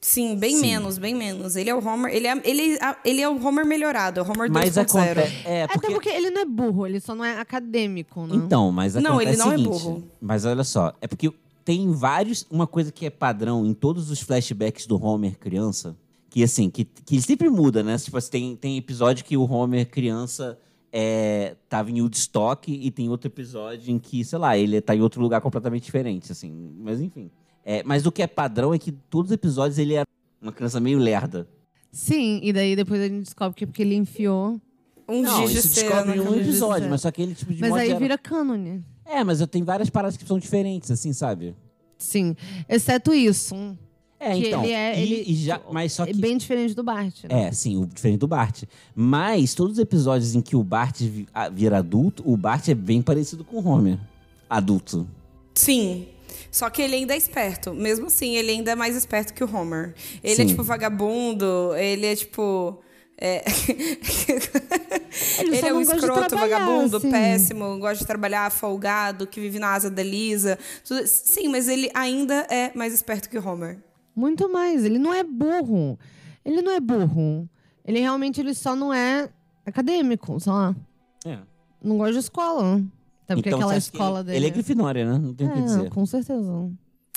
S1: Sim, bem
S2: Sim.
S1: menos, bem menos. Ele é o Homer. Ele é, ele, é- ele é o Homer melhorado, é o Homer 2.0.
S2: Mas acontece... É,
S3: Até
S1: tá
S2: porque...
S3: porque ele não é burro, ele só não é acadêmico, né?
S2: Então, mas acontece
S1: Não, ele não
S2: o
S1: é
S2: seguinte,
S1: burro.
S2: Mas olha só, é porque tem vários... Uma coisa que é padrão em todos os flashbacks do Homer criança, que assim, que, que sempre muda, né? Tipo, assim, tem, tem episódio que o Homer criança é, tava em Woodstock e tem outro episódio em que, sei lá, ele tá em outro lugar completamente diferente, assim. Mas enfim. É, mas o que é padrão é que todos os episódios ele era uma criança meio lerda.
S3: Sim, e daí depois a gente descobre que é porque ele enfiou.
S1: Um
S2: Não,
S1: giz de
S2: isso
S1: cera
S2: descobre
S1: na
S2: em um
S1: camisa de
S2: episódio,
S1: cera.
S2: mas só que ele, tipo, de
S3: Mas
S2: modo
S3: aí
S2: geral-
S3: vira cânone.
S2: É, mas eu tenho várias paradas que são diferentes, assim, sabe?
S3: Sim. Exceto isso.
S2: É,
S3: Que
S2: então.
S3: ele é-
S2: e-
S3: ele-
S2: e já, mas só que.
S3: É bem diferente do Bart. né?
S2: É, sim, o diferente do Bart. Mas todos os episódios em que o Bart vi- a- vira adulto, o Bart é bem parecido com o Homer. Adulto.
S1: Sim. Só que ele ainda é esperto. Mesmo assim, ele ainda é mais esperto que o Homer. Ele é
S2: Sim.
S1: tipo vagabundo, ele é tipo. É...
S3: Ele
S1: ele
S3: só
S1: é
S3: não
S1: um
S3: gosta de
S1: escroto,
S3: trabalhar,
S1: vagabundo,
S3: assim.
S1: péssimo, gosta de trabalhar, folgado, que vive na asa da Lisa. Tudo- Sim, mas ele ainda é mais esperto que o Homer.
S3: Muito mais. Ele não é burro. Ele não é burro. Ele realmente ele só não é acadêmico, sei lá.
S2: É.
S3: Não gosta de escola. Até porque
S2: você
S3: aquela
S2: acha que
S3: escola
S2: Então ele,
S3: dele.
S2: Ele é grifinória, né? Não tem o que
S3: É,
S2: dizer.
S3: com certeza.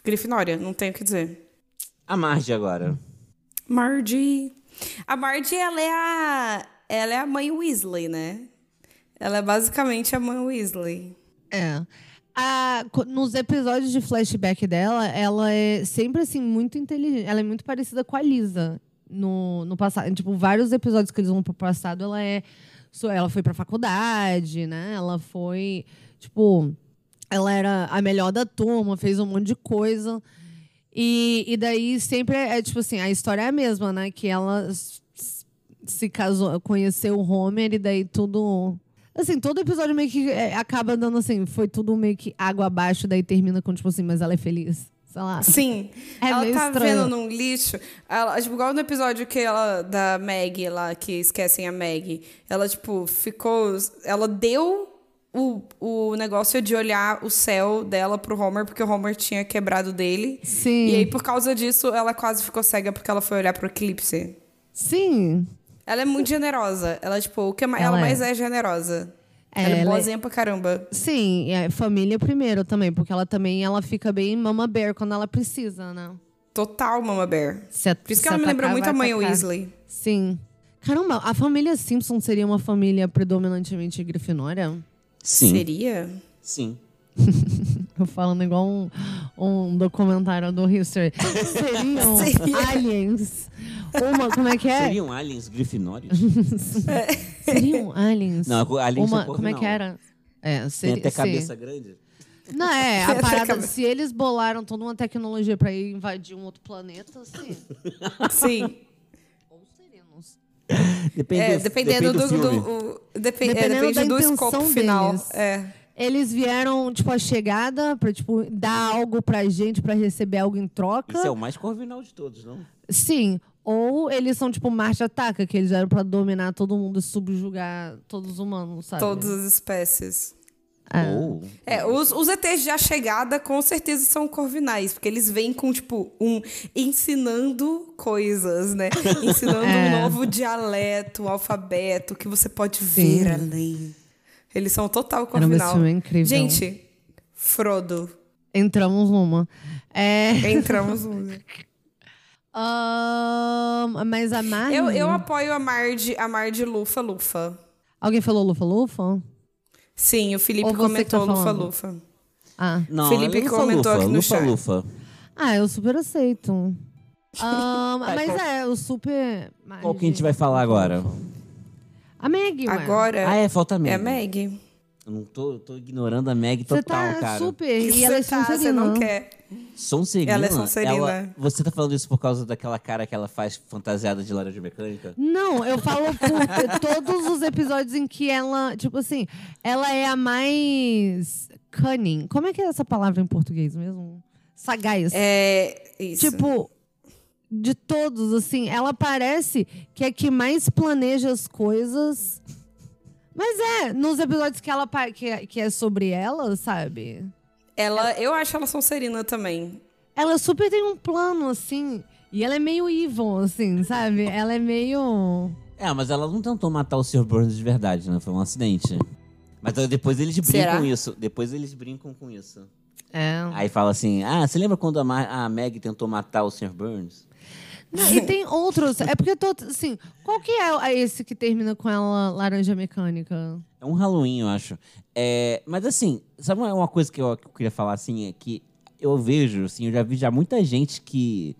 S1: Grifinória, não tenho o que dizer.
S2: A Marge agora.
S1: Marge. A Marge, ela é a. Ela é a mãe Weasley, né? Ela é basicamente a mãe Weasley.
S3: É. A- co- nos episódios de flashback dela, ela é sempre assim, muito inteligente. Ela é muito parecida com a Lisa no, no passado. Em, Tipo, vários episódios que eles vão pro passado, ela é. so- Ela foi pra faculdade, né? Ela foi. Tipo, ela era a melhor da turma, fez um monte de coisa. E, e daí sempre é, é, tipo assim, a história é a mesma, né? Que ela s- s- se casou, conheceu o Homer e daí tudo Assim, todo episódio meio que é, acaba dando assim, foi tudo meio que água abaixo, daí termina com, tipo assim, mas ela é feliz. Sei lá.
S1: Sim.
S3: É
S1: ela
S3: meio
S1: tá
S3: estranho.
S1: vendo num lixo. Ela, tipo, igual no episódio que ela, da Maggie lá, que esquecem a Maggie. Ela, tipo, ficou. Ela deu o, o negócio de olhar o céu dela pro Homer, porque o Homer tinha quebrado dele.
S3: Sim.
S1: E aí, por causa disso, ela quase ficou cega porque ela foi olhar pro eclipse.
S3: Sim.
S1: Ela é muito generosa. Ela, tipo, o que ma-
S3: Ela
S1: ela
S3: é.
S1: mais é generosa.
S3: É,
S1: ela é
S3: ela é-
S1: boazinha pra caramba.
S3: Sim, e a família primeiro também, porque ela também ela fica bem mama bear quando ela precisa, né?
S1: Total Mama Bear.
S3: Se at-
S1: Por isso
S3: se
S1: que ela me
S3: atacar,
S1: lembra muito
S3: vai
S1: a mãe
S3: atacar.
S1: Weasley.
S3: Sim. Caramba, a família Simpson seria uma família predominantemente grifinória?
S2: Sim.
S1: Seria?
S2: Sim.
S3: Tô falando igual um, um documentário do History. Seriam
S1: Seria.
S3: aliens. Uma, como é que é?
S2: Seriam aliens grifinórios?
S3: Seriam aliens.
S2: Não, co- aliens
S3: Uma,
S2: é corvo,
S3: como é
S2: não.
S3: que era? É,
S2: Tem
S3: seria.
S2: até
S3: sim.
S2: cabeça grande.
S3: Não, é,
S1: Tem
S3: a
S1: até
S3: parada.
S1: cabeça.
S3: Se eles bolaram toda uma tecnologia pra ir invadir um outro planeta, assim.
S1: Sim.
S3: Ou seríamos.
S2: Depende,
S1: É,
S2: do-
S1: dependendo
S2: depende
S1: do, do,
S2: filme.
S1: o- depe- é,
S3: Dependendo
S1: depende
S3: da
S1: do
S3: intenção
S1: escopo final.
S3: deles.
S1: É.
S3: Eles vieram, tipo, a chegada pra, tipo, dar algo pra gente, pra receber algo em troca.
S2: Esse é o mais corvinal de todos, não?
S3: Sim. Ou eles são, tipo, marcha ataca, que eles vieram pra dominar todo mundo e subjugar todos os humanos, sabe?
S1: Todas as espécies.
S3: É.
S2: Ou-
S1: É, os, os ETs já chegada com certeza são corvinais, porque eles vêm com, tipo, um ensinando coisas, né? Ensinando
S3: É.
S1: um novo dialeto, um alfabeto, que você pode
S3: Sim.
S1: ver além. Eles são total
S3: Caramba, esse
S1: corvinal.
S3: filme é incrível.
S1: Gente, Frodo.
S3: Entramos numa. É.
S1: Entramos no.
S3: ahn, mas a Marne...
S1: Eu, eu apoio a Marge, a Marge Lufa Lufa.
S3: Alguém falou Lufa Lufa?
S1: Sim, o Felipe
S3: Ou você que tá
S1: comentou Lufa
S3: falando?
S1: Lufa.
S3: Ah.
S2: Não, é
S1: Felipe
S2: Lufa,
S1: comentou
S2: Lufa,
S1: aqui no
S2: Lufa,
S1: chat.
S2: Lufa.
S3: Ah, eu super aceito. Ahn, mas é, eu super.
S2: Qual que a gente vai falar agora?
S3: A Meg, ué.
S1: Agora
S2: Ah, é, falta a
S1: é a
S2: Meg.
S1: Meg.
S2: Eu não tô, eu tô ignorando a Meg
S3: Você
S2: total,
S3: tá
S2: cara.
S3: super. E ela é
S1: tá, você
S3: Sonserina.
S1: não quer.
S2: Sonserina.
S1: Ela é Sonserina.
S2: ela- você tá falando isso por causa daquela cara que ela faz fantasiada de laranja mecânica?
S3: Não, eu falo por todos os episódios em que ela, tipo assim, ela é a mais cunning. Como é que é essa palavra em português mesmo? Sagaz.
S1: É isso.
S3: Tipo, de todos, assim, ela parece que é que mais planeja as coisas. Mas é, nos episódios que ela pa- que é, que é sobre ela, sabe?
S1: ela, eu acho ela Sonserina também.
S3: Ela super tem um plano, assim. E ela é meio evil, assim, sabe? Ela é meio.
S2: É, mas ela não tentou matar o Sr. Burns de verdade, né? Foi um acidente. Mas aí depois eles brincam
S1: Será?
S2: com isso. Depois eles brincam com isso.
S3: É.
S2: Aí fala assim: Ah, você lembra quando a, Ma a Meg tentou matar o Sr. Burns?
S3: Não, e tem outros. É porque eu tô. Assim, qual que é a- esse que termina com ela laranja mecânica?
S2: É um Halloween, eu acho. É, mas assim, sabe uma- uma coisa que eu, que eu queria falar assim? É que eu vejo, assim, eu já vi já muita gente que.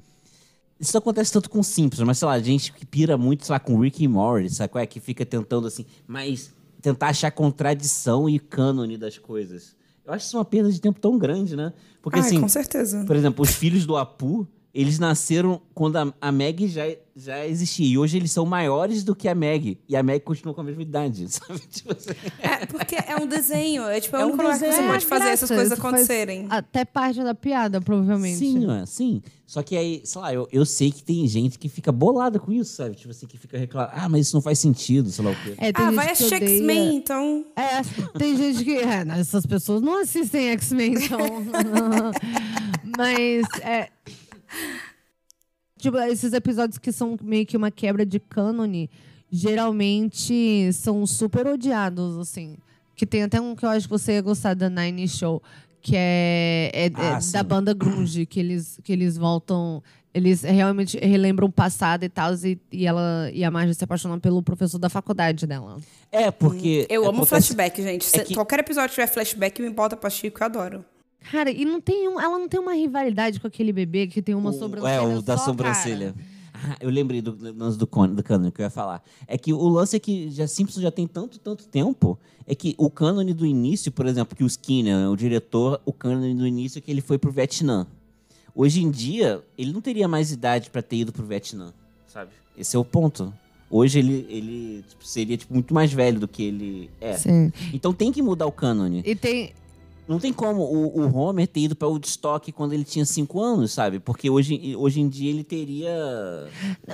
S2: Isso não acontece tanto com Simpsons, mas sei lá, gente que pira muito, sei lá, com Rick e Morty, sabe qual é? Que fica tentando assim, mas tentar achar contradição e cânone das coisas. Eu acho isso uma perda de tempo tão grande, né? Porque
S1: Ai,
S2: assim,
S1: Ah, com certeza.
S2: por exemplo, os filhos do Apu, eles nasceram quando a, a Meg já, já existia. E hoje eles são maiores do que a Meg. E a Meg continua com a mesma idade, sabe? Tipo assim.
S1: É, porque é um desenho. É tipo, é,
S2: É
S1: um
S2: um
S1: único lugar que
S2: desenho.
S1: você
S3: É
S1: pode
S3: a
S1: fazer
S3: graça,
S1: essas coisas
S3: isso faz
S1: acontecerem.
S3: Até parte da piada, provavelmente.
S2: Sim, ué, sim. Só que aí, sei lá, eu, eu sei que tem gente que fica bolada com isso, sabe? Tipo assim, que fica reclamando. Ah, mas isso não faz sentido, sei lá o quê.
S3: É, tem
S1: Ah,
S3: gente
S1: vai
S3: que
S1: a
S3: odeia-
S1: X-Men, então.
S3: É, tem gente que. É, não, essas pessoas não assistem X-Men, então. Mas. É, tipo, esses episódios que são meio que uma quebra de cânone, geralmente são super odiados, assim. Que tem até um que eu acho que você ia gostar da Nine Show, que é, é- é
S2: Ah,
S3: da
S2: sim.
S3: banda Grunge, que eles, que eles voltam. Eles realmente relembram o passado e tal, e, e ela e a Marge se apaixonam pelo professor da faculdade dela.
S2: É, porque.
S1: Eu amo
S2: acontece-
S1: flashback, gente. Se-
S2: que-
S1: Qualquer episódio que tiver flashback, me bota pra Chico, eu adoro.
S3: Cara, e não tem um, ela não tem uma rivalidade com aquele bebê que tem uma
S2: O-
S3: sobrancelha.
S2: É, o da
S3: só,
S2: sobrancelha.
S3: cara.
S2: Ah, eu lembrei do do lance do, Con- do cânone que eu ia falar. É que o lance é que já Simpson já tem tanto, tanto tempo. É que o cânone do início, por exemplo, que o Skinner, né, o diretor, o cânone do início é que ele foi pro Vietnã. Hoje em dia, ele não teria mais idade pra ter ido pro Vietnã, sabe? Esse é o ponto. Hoje ele, ele tipo, seria tipo, muito mais velho do que ele é.
S3: Sim.
S2: Então tem que mudar o cânone.
S3: E tem.
S2: Não tem como o, o Homer ter ido pra Woodstock quando ele tinha 5 anos, sabe? Porque hoje, hoje em dia ele teria.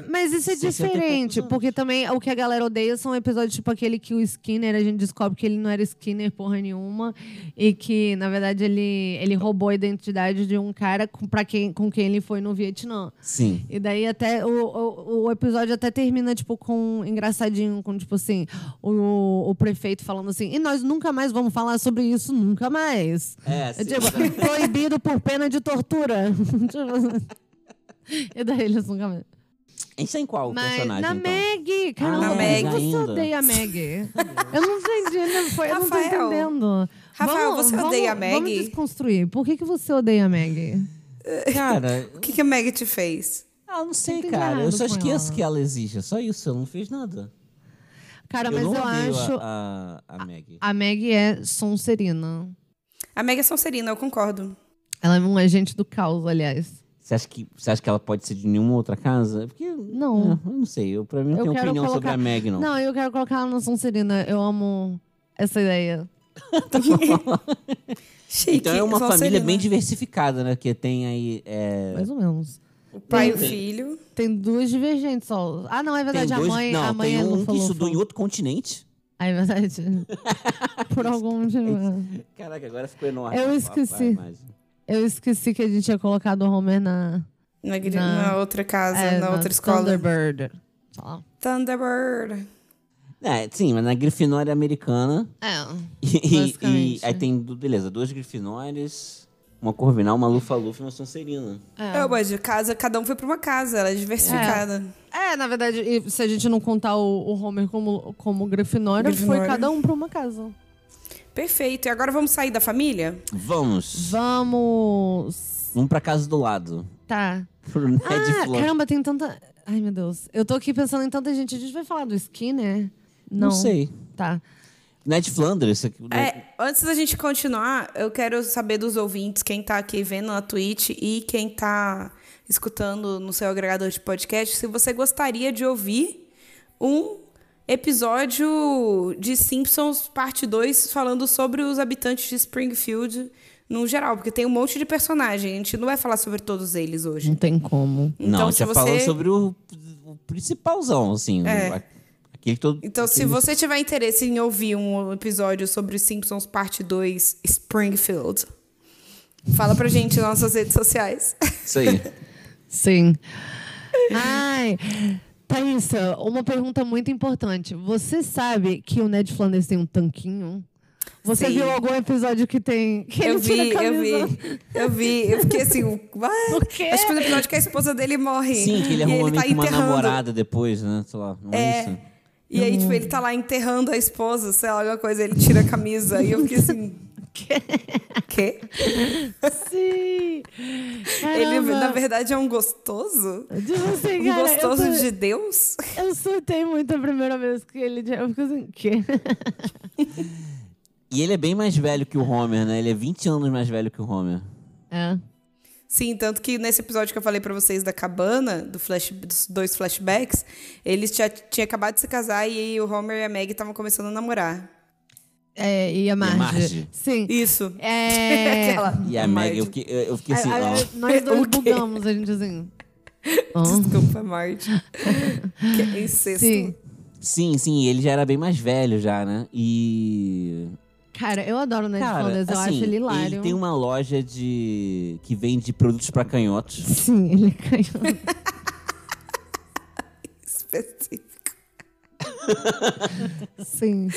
S3: Mas isso é
S2: 60 e poucos
S3: diferente,
S2: anos.
S3: porque também o que a galera odeia são episódios tipo aquele que o Skinner, a gente descobre que ele não era Skinner porra nenhuma e que, na verdade, ele, ele roubou a identidade de um cara com, pra quem, com quem ele foi no Vietnã.
S2: Sim.
S3: E daí até o, o, o episódio até termina, tipo, com um engraçadinho, com, tipo assim, o, o prefeito falando assim, e nós nunca mais vamos falar sobre isso, nunca mais.
S2: É,
S3: É
S2: sim.
S3: tipo, proibido por pena de tortura. Tipo, e daí eles nunca mais.
S2: A gente tá em qual
S3: Mas
S2: personagem?
S3: na
S2: então?
S3: Meg, cara,
S1: na
S3: Meg.
S1: Meg.
S3: você
S2: ainda.
S3: odeia a Meg. eu não entendi, não foi, eu não tô
S1: Rafael.
S3: entendendo.
S1: Rafael, você odeia a
S3: vamos-
S1: Meg?
S3: Vamos desconstruir. Por que, que você odeia a Meg?
S2: Cara,
S1: O que, que a Meg te fez?
S2: ah, não sei,
S3: Entendi
S2: cara. Eu
S3: errado
S2: só
S3: com
S2: esqueço
S3: ela.
S2: que ela existe. É só isso. Eu não fiz nada.
S3: Cara,
S2: eu
S3: mas
S2: não
S3: eu
S2: odeio
S3: acho.
S2: a, a, a Maggie.
S3: A Meg é Sonserina.
S1: A Meg é Sonserina, eu concordo.
S3: Ela é um agente do caos, aliás.
S2: Você acha, que, você acha que ela pode ser de nenhuma outra casa? Porque.
S3: Não.
S2: É, eu não sei. Eu, pra mim não
S3: Eu
S2: tenho
S3: quero
S2: opinião sobre
S3: colocar-
S2: a Meg, não.
S3: Não. eu quero colocar ela na Sonserina. Eu amo essa ideia.
S1: Chique.
S2: Então é uma
S1: Sonserina.
S2: família bem diversificada, né? Que tem aí. é,
S3: Mais ou menos.
S1: O pai e o filho.
S3: Tem duas divergentes só. Ah, não, é
S2: tem
S3: verdade.
S2: dois,
S3: a mãe,
S2: não,
S3: a mãe
S2: tem
S3: é
S2: um que
S3: lufa-lufa.
S2: estudou em outro continente.
S3: Ah, é verdade. Por algum motivo.
S2: Caraca, agora ficou enorme.
S3: Eu
S2: a- a- a
S3: esqueci.
S2: imagem.
S3: Eu esqueci que a gente tinha colocado o Homer na,
S1: Na, gri-
S3: Na-
S1: na outra casa,
S3: é,
S1: na outra escola.
S3: Thunderbird. Sei lá.
S1: Thunderbird.
S2: É, sim, mas na Grifinória americana.
S3: É.
S2: E, e
S3: Basicamente.
S2: aí tem, du- beleza, duas Grifinórias, uma Corvinal, uma Lufa-Lufa e uma Sonserina.
S1: É, mas de casa, cada um foi pra uma casa, ela é diversificada.
S3: É, na verdade, e se a gente não contar o, o Homer como, como Grifinória,
S1: Grifinória.
S3: foi cada um pra uma casa.
S1: Perfeito. E agora vamos sair da família?
S2: Vamos!
S3: Vamos!
S2: Vamos pra casa do lado.
S3: Tá.
S2: Pro Ned
S3: Ah,
S2: Flo-
S3: caramba, tem tanta. Ai, meu Deus. Eu tô aqui pensando em tanta gente. A gente vai falar do Skinner? Não.
S2: Não sei.
S3: Tá.
S2: Ned Flanders. né? isso aqui-
S1: É, antes da gente continuar, eu quero saber dos ouvintes, quem tá aqui vendo na Twitch e quem tá escutando no seu agregador de podcast, se você gostaria de ouvir um episódio de Simpsons parte 2 falando sobre os habitantes de Springfield no geral, porque tem um monte de personagem, a gente não vai falar sobre todos eles hoje.
S3: Não tem como.
S1: Então,
S2: Não,
S1: se
S2: já
S1: você-
S2: falando sobre o, o principalzão, assim.
S1: É.
S2: o- a- aquele todo.
S1: Então, se
S2: aquele-
S1: você tiver interesse em ouvir um episódio sobre Simpsons Parte 2 Springfield, fala pra gente nas nossas redes sociais.
S2: Isso aí.
S3: Sim. Ai. Thaísa, uma pergunta muito importante. Você sabe que o Ned Flanders tem um tanquinho? Você
S1: Sim.
S3: viu algum episódio que tem. Que
S1: Eu
S3: ele tira a
S1: vi, eu
S3: camisa?
S1: vi, eu vi. Eu fiquei assim, o
S3: quê?
S1: Acho que foi no episódio que a esposa dele morre.
S2: Sim, que ele
S1: E
S2: arrumou meio
S1: tá
S2: que uma
S1: enterrando.
S2: namorada depois, né? Sei lá, não é, isso?
S1: E aí, tipo, ele tá lá enterrando a esposa, sei lá, alguma coisa, ele tira a camisa. E eu fiquei assim, quê?
S3: Sim!
S1: Ele,
S3: Caramba.
S1: na verdade, é um gostoso?
S3: Tipo assim,
S1: Um
S3: cara,
S1: gostoso
S3: eu, su-
S1: de Deus?
S3: eu surtei muito a primeira vez que ele. Eu fico assim, quê?
S2: E ele é bem mais velho que o Homer, né? Ele é 20 anos mais velho que o Homer.
S3: É.
S1: Sim, tanto que nesse episódio que eu falei pra vocês da cabana, do flash, dos dois flashbacks, eles tinha, tinha acabado de se casar e o Homer e a Meg estavam começando a namorar.
S3: É, e a Marge.
S2: Marge.
S3: Sim.
S1: Isso.
S3: É.
S1: Aquela.
S2: E a Meg, eu fiquei, eu, eu fiquei assim.
S3: A- a-
S2: ó.
S3: Nós dois
S1: O quê?
S3: bugamos, a gente assim. Ah,
S1: Desculpa, Marge. que é incesto.
S3: Sim.
S2: Sim, sim, ele já era bem mais velho já, né? E.
S3: Cara, eu adoro o Ned
S2: Cara,
S3: Flanders, eu
S2: assim,
S3: acho ele hilário.
S2: ele tem uma loja de. que vende produtos pra canhotos.
S3: Sim, ele caiu.
S1: Específico.
S3: Sim.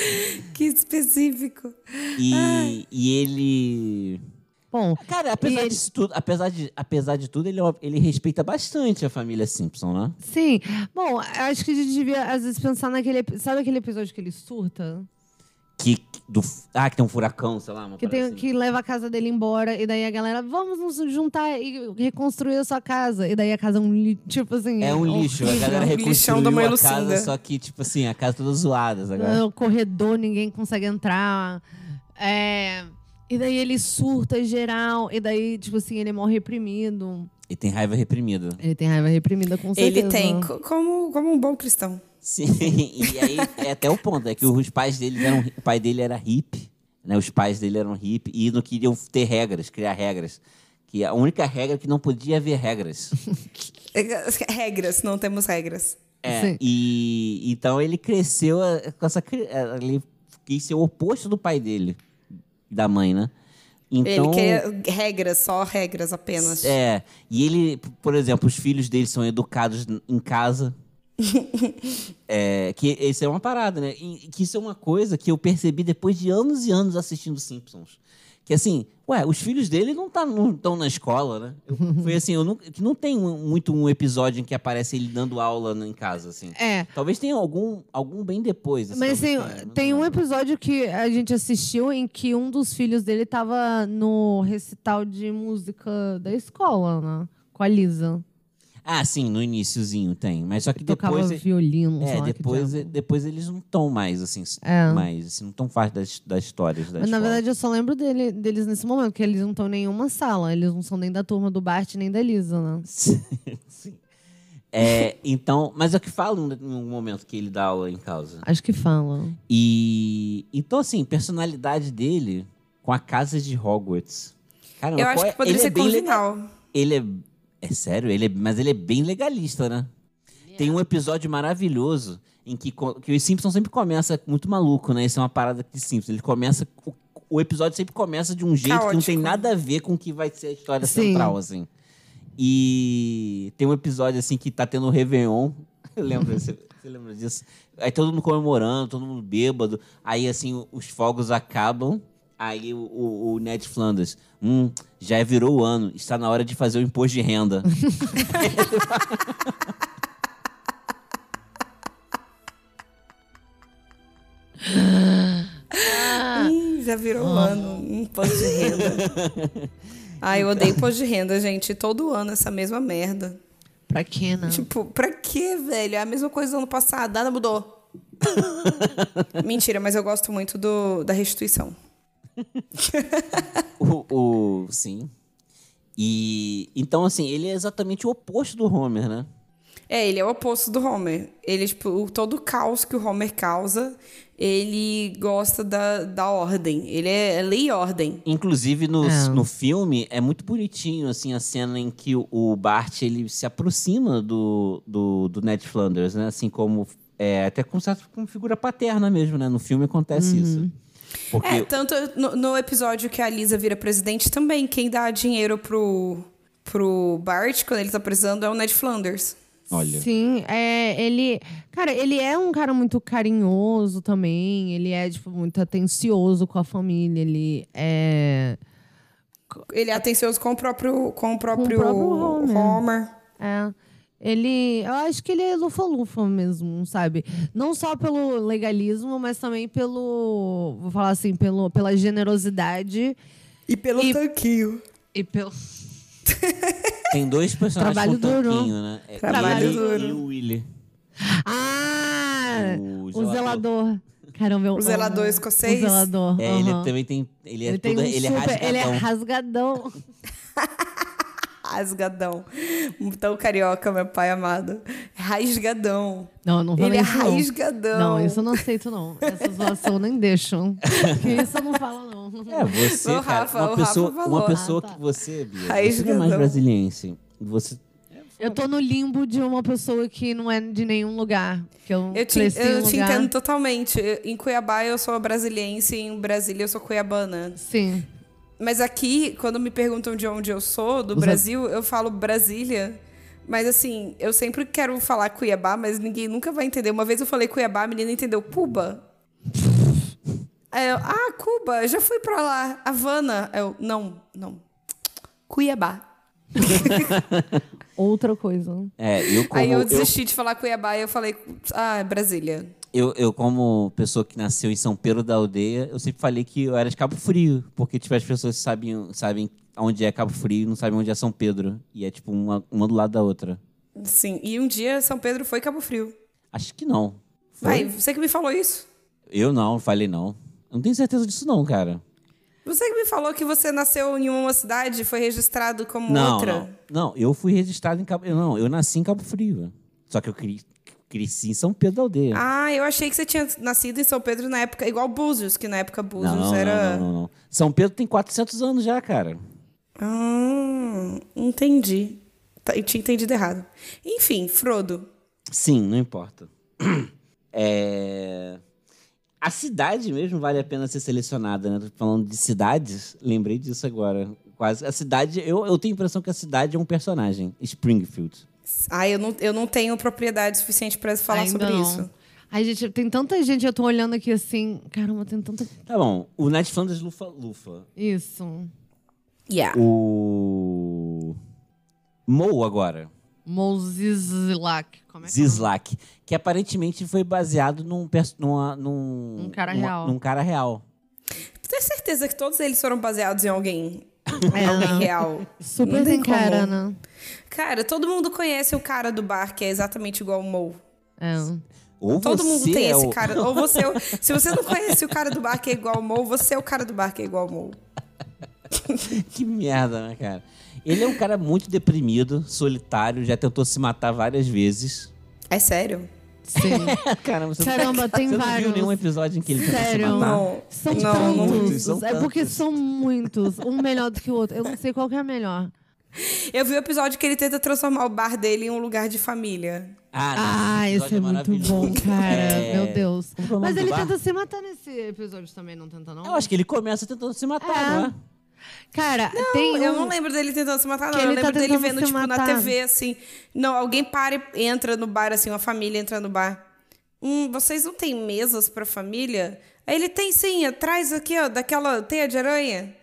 S1: Que específico.
S2: E, e ele.
S3: Bom,
S2: Cara, apesar
S3: ele-
S2: disso tudo, apesar de, apesar de tudo, ele, é uma- ele respeita bastante a família Simpson, né?
S3: sim. Bom, acho que a gente devia, às vezes, pensar naquele. epi- Sabe aquele episódio que ele surta?
S2: Que. que- Do, ah, que tem um furacão, sei lá, uma
S3: Que, tem, um
S2: parada assim.
S3: que leva a casa dele embora, e daí a galera, vamos nos juntar e reconstruir a sua casa. E daí a casa é um lixo. Tipo assim.
S2: É um lixo, a galera
S1: Um lixão da
S2: reconstruiu
S1: mãe
S2: a casa,
S1: Lucinda.
S2: só que, tipo assim, a casa toda zoada, sabe?
S3: O corredor, ninguém consegue entrar. É, E daí ele surta geral. E daí, tipo assim, ele morre reprimido.
S2: E tem raiva reprimida.
S3: Ele tem raiva reprimida com certeza.
S1: Ele tem, co- como, como um bom cristão.
S2: Sim, e aí é até o ponto, é que os pais dele eram. O pai dele era hippie, né? Os pais dele eram hippie e não queriam ter regras, criar regras. Que a única regra é que não podia haver regras.
S1: É, Regras, não temos regras.
S2: É,
S3: Sim.
S2: E então ele cresceu eh, com essa. cri- eh, Ele quis ser o oposto do pai dele, da mãe, né? Então,
S1: Ele quer regras, só regras apenas.
S2: É, e ele, por exemplo, os filhos dele são educados em casa. é, que isso é uma parada, né? E que isso é uma coisa que eu percebi depois de anos e anos assistindo Simpsons. Que assim, ué, os filhos dele não tá, estão na escola, né? Eu- foi assim, eu nunca- que não tem um- muito um episódio em que aparece ele dando aula em casa, assim.
S3: É.
S2: Talvez tenha algum, algum bem depois. assim,
S3: Mas assim,
S2: talvez tenha, não
S3: tem um
S2: lembro.
S3: episódio que a gente assistiu em que um dos filhos dele tava no recital de música da escola, né? Com a Lisa.
S2: Ah, sim, no iníciozinho tem. Mas só que
S3: Tocava
S2: depois.
S3: violino, sei
S2: É,
S3: lá que
S2: depois,
S3: diabo.
S2: depois eles não estão mais, assim, s-
S3: É.
S2: mais, assim, não estão parte das, das histórias. Da
S3: Mas, na
S2: escola.
S3: verdade, eu só lembro dele- deles nesse momento, porque eles não estão em nenhuma sala. Eles não são nem da turma do Bart, nem da Lisa, né?
S2: Sim. É, então, mas é o que falam em um momento que ele dá aula em casa.
S3: Acho que falam.
S2: E. Então, assim, personalidade dele com a casa de Hogwarts. Caramba,
S1: Eu acho
S2: qual é-
S1: que poderia
S2: ele
S1: ser
S2: é bem legal.
S1: conjugal.
S2: Ele é. É sério, ele é- mas ele é bem legalista, né? Tem um episódio maravilhoso em que, co- que os Simpsons sempre começa muito maluco, né? Isso é uma parada de Simpsons. Ele começa. O, o episódio sempre começa de um jeito que não tem
S1: Caótico.
S2: nada a ver com o que vai ser a história
S3: Sim.
S2: central, assim. E tem um episódio assim que tá tendo o Réveillon. Eu lembro desse- Você lembra disso? Aí todo mundo comemorando, todo mundo bêbado. Aí, assim, o- os fogos acabam. Aí o, o- o Ned Flanders, hum, já virou o ano, está na hora de fazer o imposto de renda.
S1: Ih, já virou um ano. Imposto de renda. Ai, eu odeio imposto de renda, gente. Todo ano essa mesma merda.
S3: Pra quê, né?
S1: Tipo, pra quê, velho? É a mesma coisa do ano passado. Nada mudou. Mentira, mas eu gosto muito do, da restituição.
S2: O, o- sim. E então assim, ele é exatamente o oposto do Homer, né?
S1: É, ele é o oposto do Homer. Ele, tipo, o- todo o caos que o Homer causa, ele gosta da, da ordem. Ele é lei e ordem.
S2: Inclusive no,
S3: É.
S2: no filme é muito bonitinho assim a cena em que o, o Bart ele se aproxima do, do, do Ned Flanders, né? Assim como é, até com certo com figura paterna mesmo, né? No filme acontece
S3: Uhum.
S2: isso. Porque
S1: É, tanto no, no episódio que a Lisa vira presidente também, quem dá dinheiro pro, pro Bart quando ele tá precisando é o Ned Flanders.
S2: olha,
S3: Sim, é, ele. Cara, ele é um cara muito carinhoso também. Ele é, tipo, muito atencioso com a família. Ele é.
S1: Ele é atencioso com o próprio, com o próprio,
S3: próprio
S1: Homer.
S3: Homer. É. Ele. Eu acho que ele é lufa-lufa mesmo, sabe? Não só pelo legalismo, mas também pelo. Vou falar assim, pelo, pela generosidade
S1: E pelo
S3: E-
S1: tanquinho.
S3: e pelo.
S2: tem dois personagens
S3: Trabalho
S2: com
S3: duro.
S2: tanquinho, né? É,
S1: Trabalho
S2: ele
S1: duro.
S2: e o Willy.
S3: Ah!
S2: O
S3: O
S2: zelador.
S3: zelador. Caramba, eu
S1: O zelador
S3: amo.
S1: escocês?
S3: O zelador.
S2: É,
S3: aham.
S2: ele também tem, ele é
S3: Ele tem
S2: todo,
S3: um
S2: ele é
S3: super- ele é
S2: rasgadão.
S3: rasgadão.
S1: Rasgadão. Tão carioca, meu pai amado. Rasgadão.
S3: Não, não vou
S1: Ele é
S3: isso, não.
S1: rasgadão.
S3: Não, isso eu não aceito, não. Essa zoação nem deixam. Isso eu não falo, não.
S2: É, você,
S1: O
S2: cara,
S1: Rafa-
S2: uma
S1: o Rafa
S2: pessoa,
S1: falou.
S2: uma pessoa
S3: Ah, tá.
S2: que você, Bia,
S1: Aí
S2: você que é mais
S1: esqueceu.
S2: brasiliense, você
S3: Eu tô no limbo de uma pessoa que não é de nenhum lugar. Que eu,
S1: Eu te,
S3: cresci em
S1: eu
S3: um
S1: te
S3: lugar.
S1: entendo totalmente. Em Cuiabá eu sou brasiliense, em Brasília eu sou cuiabana.
S3: Sim.
S1: Mas aqui, quando me perguntam de onde eu sou, do
S2: Uhum.
S3: Você-
S1: Brasil, eu falo Brasília. Mas assim, eu sempre quero falar Cuiabá, mas ninguém nunca vai entender. Uma vez eu falei Cuiabá, a menina entendeu Cuba. Aí eu, ah, Cuba, eu já fui pra lá. Havana. Aí Eu, não, não. Cuiabá.
S3: Outra coisa.
S2: É, eu como
S1: Aí eu
S2: eu, eu,
S1: desisti de falar Cuiabá e eu falei, ah, Brasília.
S2: eu como pessoa que nasceu em São Pedro da Aldeia, eu sempre falei que eu era de Cabo Frio, porque tipo as pessoas sabem sabem onde é Cabo Frio, e não sabem onde é São Pedro, e é tipo uma, uma do lado da outra.
S1: Sim, e um dia São Pedro foi Cabo Frio.
S2: Acho que não. Foi?
S1: Vai, você que me falou isso.
S2: Eu não, falei não. Eu Não tenho certeza disso não, cara.
S1: Você que me falou que você nasceu em uma cidade e foi registrado como
S2: Não,
S1: outra.
S2: não. Não, eu fui registrado em Cabo, eu não, eu nasci em Cabo Frio. Só que eu cri- Cresci em São Pedro da Aldeia.
S1: Ah, eu achei que você tinha nascido em São Pedro na época, igual Búzios, que na época Búzios
S2: não, não,
S1: era.
S2: não, não, não, não. São Pedro tem 400 anos já, cara.
S1: Ah, entendi. Tá, Eu tinha entendido errado. Enfim, Frodo.
S2: Sim, não importa. É, A cidade mesmo vale a pena ser selecionada, né? Tô Falando de cidades, lembrei disso agora. Quase. A cidade, eu, eu tenho a impressão que a cidade é um personagem. Springfield.
S1: Ah, eu não, eu não tenho propriedade suficiente pra falar
S3: Ainda
S1: sobre
S3: não.
S1: isso.
S3: Ai, gente, tem tanta gente, eu tô olhando aqui assim. Caramba, tem tanta.
S2: Tá bom. O Ned Flanders é Lufa Lufa.
S3: Isso.
S1: Yeah.
S2: O. Mo agora.
S3: Mozizlak. Como é que é?
S2: Zizlak. Que aparentemente foi baseado num. pers- numa- num
S3: Um cara
S2: numa-
S3: real.
S2: Num cara real.
S1: Tenho certeza que todos eles foram baseados em alguém, alguém
S3: É,
S1: real.
S3: super
S1: Não tem
S3: tem cara,
S1: como.
S3: né?
S1: Cara, todo mundo conhece o cara do bar que é exatamente igual o Mo.
S3: É.
S2: Ou
S1: Todo
S2: você
S1: mundo tem
S2: é
S1: esse
S2: o-
S1: cara. Ou você. é o- Se você não conhece o cara do bar que é igual ao Mo, você é o cara do bar que é igual ao Mo.
S2: Que merda, né, cara? Ele é um cara muito deprimido, solitário, já tentou se matar várias vezes.
S1: É sério?
S3: Sim.
S2: Caramba, você
S3: Caramba,
S2: não,
S3: tem
S2: você não
S3: vários.
S2: viu nenhum episódio em que ele tentou se
S3: Sério?
S2: matar?
S1: Não.
S3: São
S1: Não, não
S3: tantos.
S2: muitos, são
S3: é porque
S2: tantos.
S3: são muitos. Um melhor do que o outro. Eu não sei qual que é melhor.
S1: Eu vi o episódio que ele tenta transformar o bar dele em um lugar de família.
S2: Ah,
S3: Ah,
S2: esse
S3: esse
S2: episódio
S3: é muito
S2: maravilhoso.
S3: bom, cara.
S2: É.
S3: Meu Deus.
S2: Como que é o nome
S3: Mas
S2: do
S3: ele
S2: bar?
S3: tenta se matar nesse episódio também, não tenta, não?
S2: Eu acho que ele começa tentando se matar,
S3: É.
S2: não é?
S3: Cara,
S1: Não,
S3: tem.
S1: eu
S3: um-
S1: não lembro dele tentando se matar, não.
S3: Que
S1: eu
S3: ele tá
S1: lembro dele
S3: tentando
S1: vendo,
S3: se
S1: tipo, na
S3: matar.
S1: TV, assim. Não, alguém para e entra no bar, assim, uma família entra no bar. Hum, vocês não têm mesas pra família? Aí ele tem sim, atrás aqui, ó, daquela teia de aranha.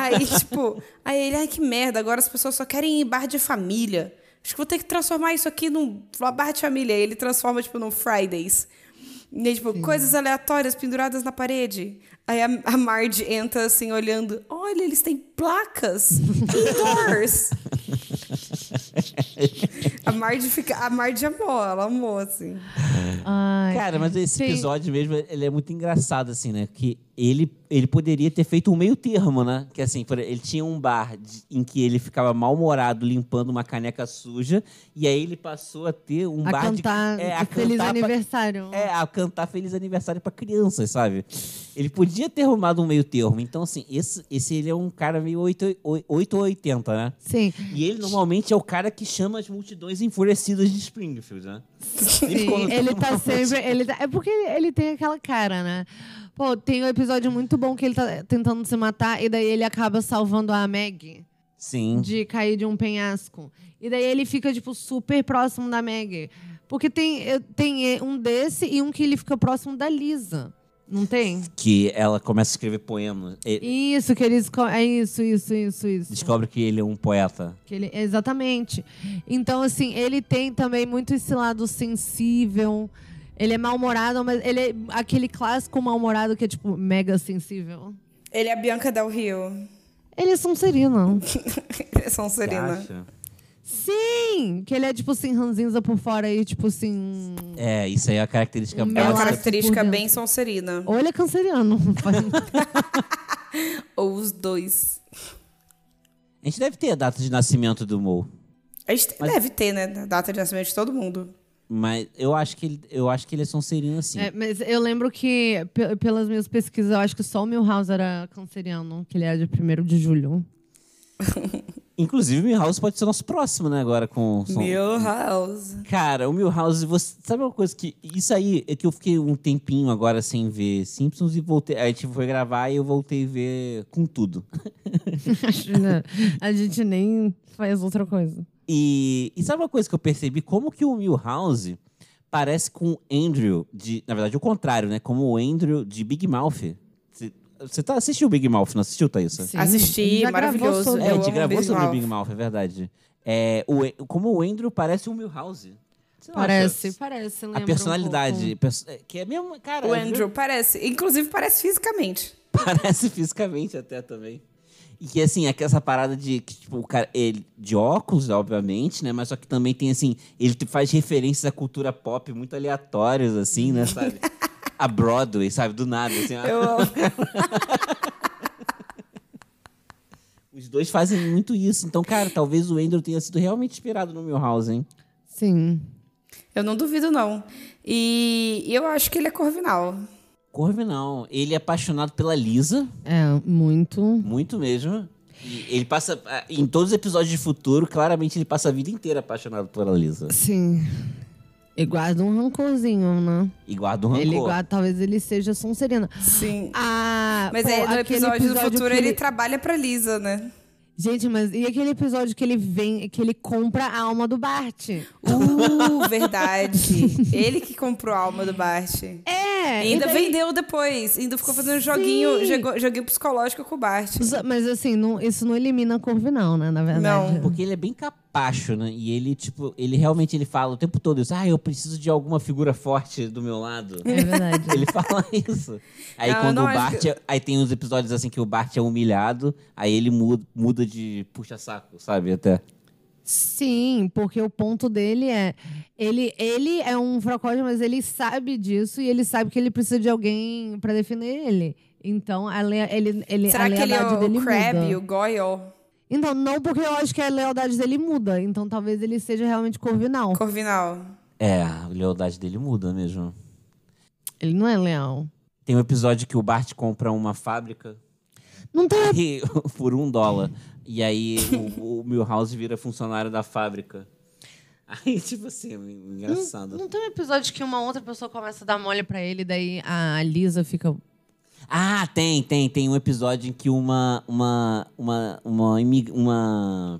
S1: aí, tipo, aí ele, ai que merda, agora as pessoas só querem ir em bar de família. Acho que vou ter que transformar isso aqui num numa bar de família. Aí ele transforma, tipo, num Fridays. E aí, tipo, coisas aleatórias penduradas na parede. Aí a, a Marge entra assim, olhando. Olha, eles têm placas indoors. a Marge fica. A Marge amou, ela amou, assim.
S3: Ai,
S2: Cara, mas esse
S3: Sim.
S2: episódio mesmo, ele é muito engraçado, assim, né? Que ele, ele poderia ter feito um meio termo, né? Que assim, por- ele tinha um bar de- em que ele ficava mal-humorado limpando uma caneca suja, e aí ele passou a ter um
S3: a
S2: bar
S3: cantar
S2: de... é,
S3: de Feliz
S2: cantar pra-
S3: Aniversário.
S2: É, a cantar Feliz Aniversário pra crianças, sabe? Ele podia ter arrumado um meio termo. Então, assim, esse, esse ele é um cara meio 8 ou 80, né?
S3: Sim.
S2: E ele normalmente é o cara que chama as multidões enfurecidas de Springfield, né?
S3: Sim,
S2: um
S3: ele tá sempre. Ele tá- é porque ele, ele tem aquela cara, né? Pô, tem um episódio muito bom que ele tá tentando se matar e daí ele acaba salvando a Meg
S2: Sim.
S3: de cair de um penhasco. E daí ele fica, tipo, super próximo da Meg. Porque tem, eu- tem eh, um desse e um que ele fica próximo da Lisa. Não tem?
S2: Que ela começa a escrever poemas. E
S3: Isso, que eles. co- É isso, isso, isso, isso.
S2: descobre que ele é um poeta.
S3: Que ele- exatamente. Então, assim, ele tem também muito esse lado sensível. Ele é mal-humorado, mas ele é aquele clássico mal-humorado que é, tipo, mega sensível.
S1: Ele é a Bianca Del Rio.
S3: Ele é Sonserino.
S1: Ele é Sonserina.
S2: Acha?
S3: Sim! Que ele é, tipo, assim, ranzinza por fora e, tipo, assim...
S2: É, isso aí é a característica.
S3: Meu
S1: É uma
S3: Melaço por
S1: característica
S3: dentro.
S1: bem Sonserina.
S3: Ou ele é canceriano.
S1: Ou os dois.
S2: A gente deve ter a data de nascimento do Mo.
S1: A gente deve ter, né? a Data de nascimento de todo mundo.
S2: Mas eu acho que ele, eu acho que ele é Sonserino, sim.
S3: É, mas eu lembro que, pe- pelas minhas pesquisas, eu acho que só o Milhouse era canceriano. Que ele era de 1 de julho.
S2: Inclusive, o Milhouse pode ser nosso próximo, né, agora com... o Son-
S1: Meu house.
S2: Cara, o Milhouse, você... Sabe uma coisa que... Isso aí é que eu fiquei um tempinho agora sem ver Simpsons e voltei... Aí a gente foi gravar e eu voltei a ver com tudo.
S3: A gente nem faz outra coisa.
S2: E, e sabe uma coisa que eu percebi? Como que o Milhouse parece com o Andrew de... Na verdade, o contrário, né? Como o Andrew de Big Mouth. Você- Você tá, assistiu Big Mouth, não assistiu, Thaísa?
S3: Sim.
S1: Assisti,
S3: Já gravou
S1: maravilhoso.
S3: sobre-
S2: É, a
S1: Eu
S2: gente
S1: amo
S2: gravou
S1: Big
S2: sobre
S1: Mouth.
S2: Big Mouth, é verdade. É, o An- como o Andrew parece o Milhouse. Você não acha?
S3: Parece, parece. lembra
S2: A
S3: um
S2: personalidade,
S3: pouco.
S2: perso- é, que é mesmo, cara,
S1: O
S2: às vezes
S1: Andrew parece. Inclusive, parece fisicamente.
S2: parece fisicamente até também. E que assim, é que essa parada de que, tipo, o cara, ele de óculos, obviamente, né, mas só que também tem assim, ele te faz referências à cultura pop muito aleatórias assim, né, sabe? A Broadway, sabe, do nada, assim, a-
S1: Eu amo.
S2: os dois fazem muito isso. Então, cara, talvez o Andrew tenha sido realmente inspirado no Milhouse, hein?
S3: Sim.
S1: Eu não duvido, não. E eu acho que ele é corvinal.
S2: Corvinal, ele é apaixonado pela Lisa,
S3: É, muito.
S2: muito mesmo. E ele passa, ah, em todos os episódios de futuro, claramente ele passa a vida inteira apaixonado pela Lisa.
S3: Sim. E guarda um rancorzinho, né?
S2: E guarda um rancor.
S3: Ele guarda, talvez ele seja Sonserina.
S1: Sim.
S3: Ah,
S1: Mas
S3: pô,
S1: é, no
S3: aquele
S1: episódio, do futuro
S3: que tá-
S1: ele... trabalha pra Lisa, né?
S3: Gente, mas e aquele episódio que ele vem, que ele compra a alma do Bart?
S1: Uh, verdade. ele que comprou a alma do Bart.
S3: É!
S1: ainda
S3: e daí-
S1: vendeu depois. Ainda ficou fazendo um joguinho,
S3: Sim.
S1: jogo- joguinho psicológico com o Bart.
S3: Só- Mas assim, não- isso não elimina a Corvinal, né? Na verdade.
S2: Porque ele é bem capacho, né? E ele, tipo, ele realmente ele fala o tempo todo isso. Ah, eu preciso de alguma figura forte do meu lado.
S3: É verdade.
S2: Ele fala isso. Aí
S1: Não, eu
S2: quando
S1: não
S2: o
S1: acho
S2: Bart.
S1: que-
S2: é- Aí tem uns episódios assim que o Bart é humilhado, aí ele muda, muda de puxa-saco, sabe? Até.
S3: Sim, porque o ponto dele é. Ele, ele é um fracote, mas ele sabe disso e ele sabe que ele precisa de alguém pra defender ele. Então, a le, ele, ele, a
S1: Será que ele é
S3: lealdade
S1: o,
S3: dele
S1: o Krabby,
S3: muda.
S1: o Goyle?
S3: Então, não porque eu acho que a lealdade dele muda. Então, talvez ele seja realmente corvinal.
S1: Corvinal.
S2: É, a lealdade dele muda mesmo.
S3: Ele não é leal.
S2: Tem um episódio que o Bart compra uma fábrica
S3: Não tem.
S2: e- por um dólar. E aí o, o Milhouse vira funcionário da fábrica. Aí, tipo assim, é engraçado.
S3: Não tem um episódio que uma outra pessoa começa a dar mole pra ele, daí a Lisa fica.
S2: Ah, tem, tem, tem um episódio em que uma uma uma uma, imig- uma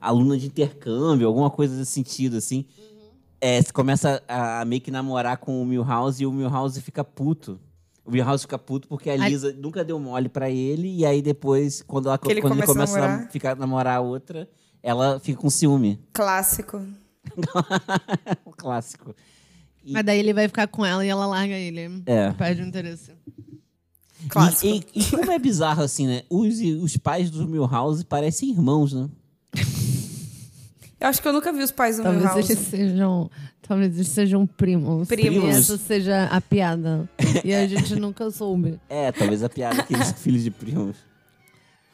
S2: aluna de intercâmbio, alguma coisa desse sentido assim,
S1: Uhum.
S2: é, se começa a, a meio que namorar com o Milhouse e o Milhouse fica puto. O Milhouse fica puto porque a
S3: Ai.
S2: Lisa nunca deu mole pra ele e aí depois quando ela
S1: Que ele
S2: quando ele
S1: começa a
S2: começa a,
S1: namorar.
S2: ficar namorar a outra, ela fica com ciúme.
S1: Clássico.
S2: o clássico. E-
S3: Mas daí ele vai ficar com ela e ela larga ele.
S2: É.
S3: Perde o interesse.
S1: Clássico.
S2: E, e- e como é bizarro assim, né? Os, os pais do Milhouse parecem irmãos, né?
S1: Eu acho que eu nunca vi os pais do
S3: Talvez
S1: Milhouse.
S3: eles sejam. Talvez eles sejam primos.
S1: Primos.
S3: E essa seja a piada. E a gente nunca soube.
S2: É, talvez a piada que eles são filhos de primos.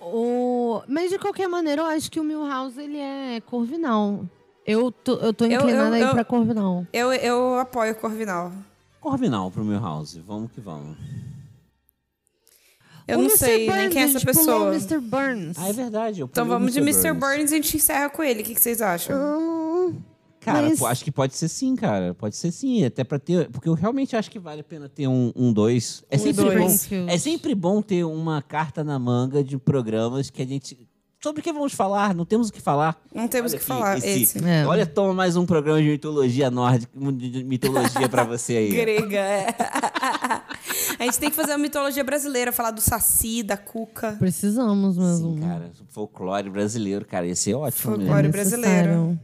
S3: O... Mas de qualquer maneira, eu acho que o Milhouse ele é corvinal. Eu tô, eu tô
S1: Eu- eu-
S3: inclinada aí
S1: eu-
S3: pra corvinal.
S1: Eu, eu apoio o Corvinal.
S2: Corvinal pro Milhouse, vamos que vamos.
S1: Eu
S3: O
S1: não
S3: Mr.
S1: sei
S3: Burns,
S1: nem quem é
S3: a
S1: essa
S3: gente pulou o
S1: pessoa.
S3: Mr. Burns.
S2: Ah, é verdade. Eu
S1: Então
S2: pulei o
S1: vamos de Mr. Burns e a gente encerra com ele. O que, que vocês acham?
S3: Hum,
S2: Cara,
S3: Mas-
S2: pô, acho que pode ser sim, cara. Pode ser sim, até pra ter... Porque eu realmente acho que vale a pena ter um, um dois. É
S3: um
S2: sempre
S3: dois.
S2: bom...
S3: Springfield.
S2: É sempre bom ter uma carta na manga de programas que a gente... Sobre o que vamos falar? Não temos o que falar.
S1: Não temos o
S2: Olha
S1: que
S2: aqui,
S1: falar.
S2: esse-
S1: Esse.
S3: É.
S2: Olha, toma mais um programa de mitologia nórdica, de mitologia pra você aí.
S1: Grega, é. a gente tem que fazer uma mitologia brasileira, falar do Saci, da Cuca.
S3: Precisamos mesmo.
S2: Sim, cara. Folclore brasileiro, cara. Ia ser ótimo
S1: Folclore
S2: mesmo.
S1: Olha,
S3: É
S1: brasileiro.
S3: necessário.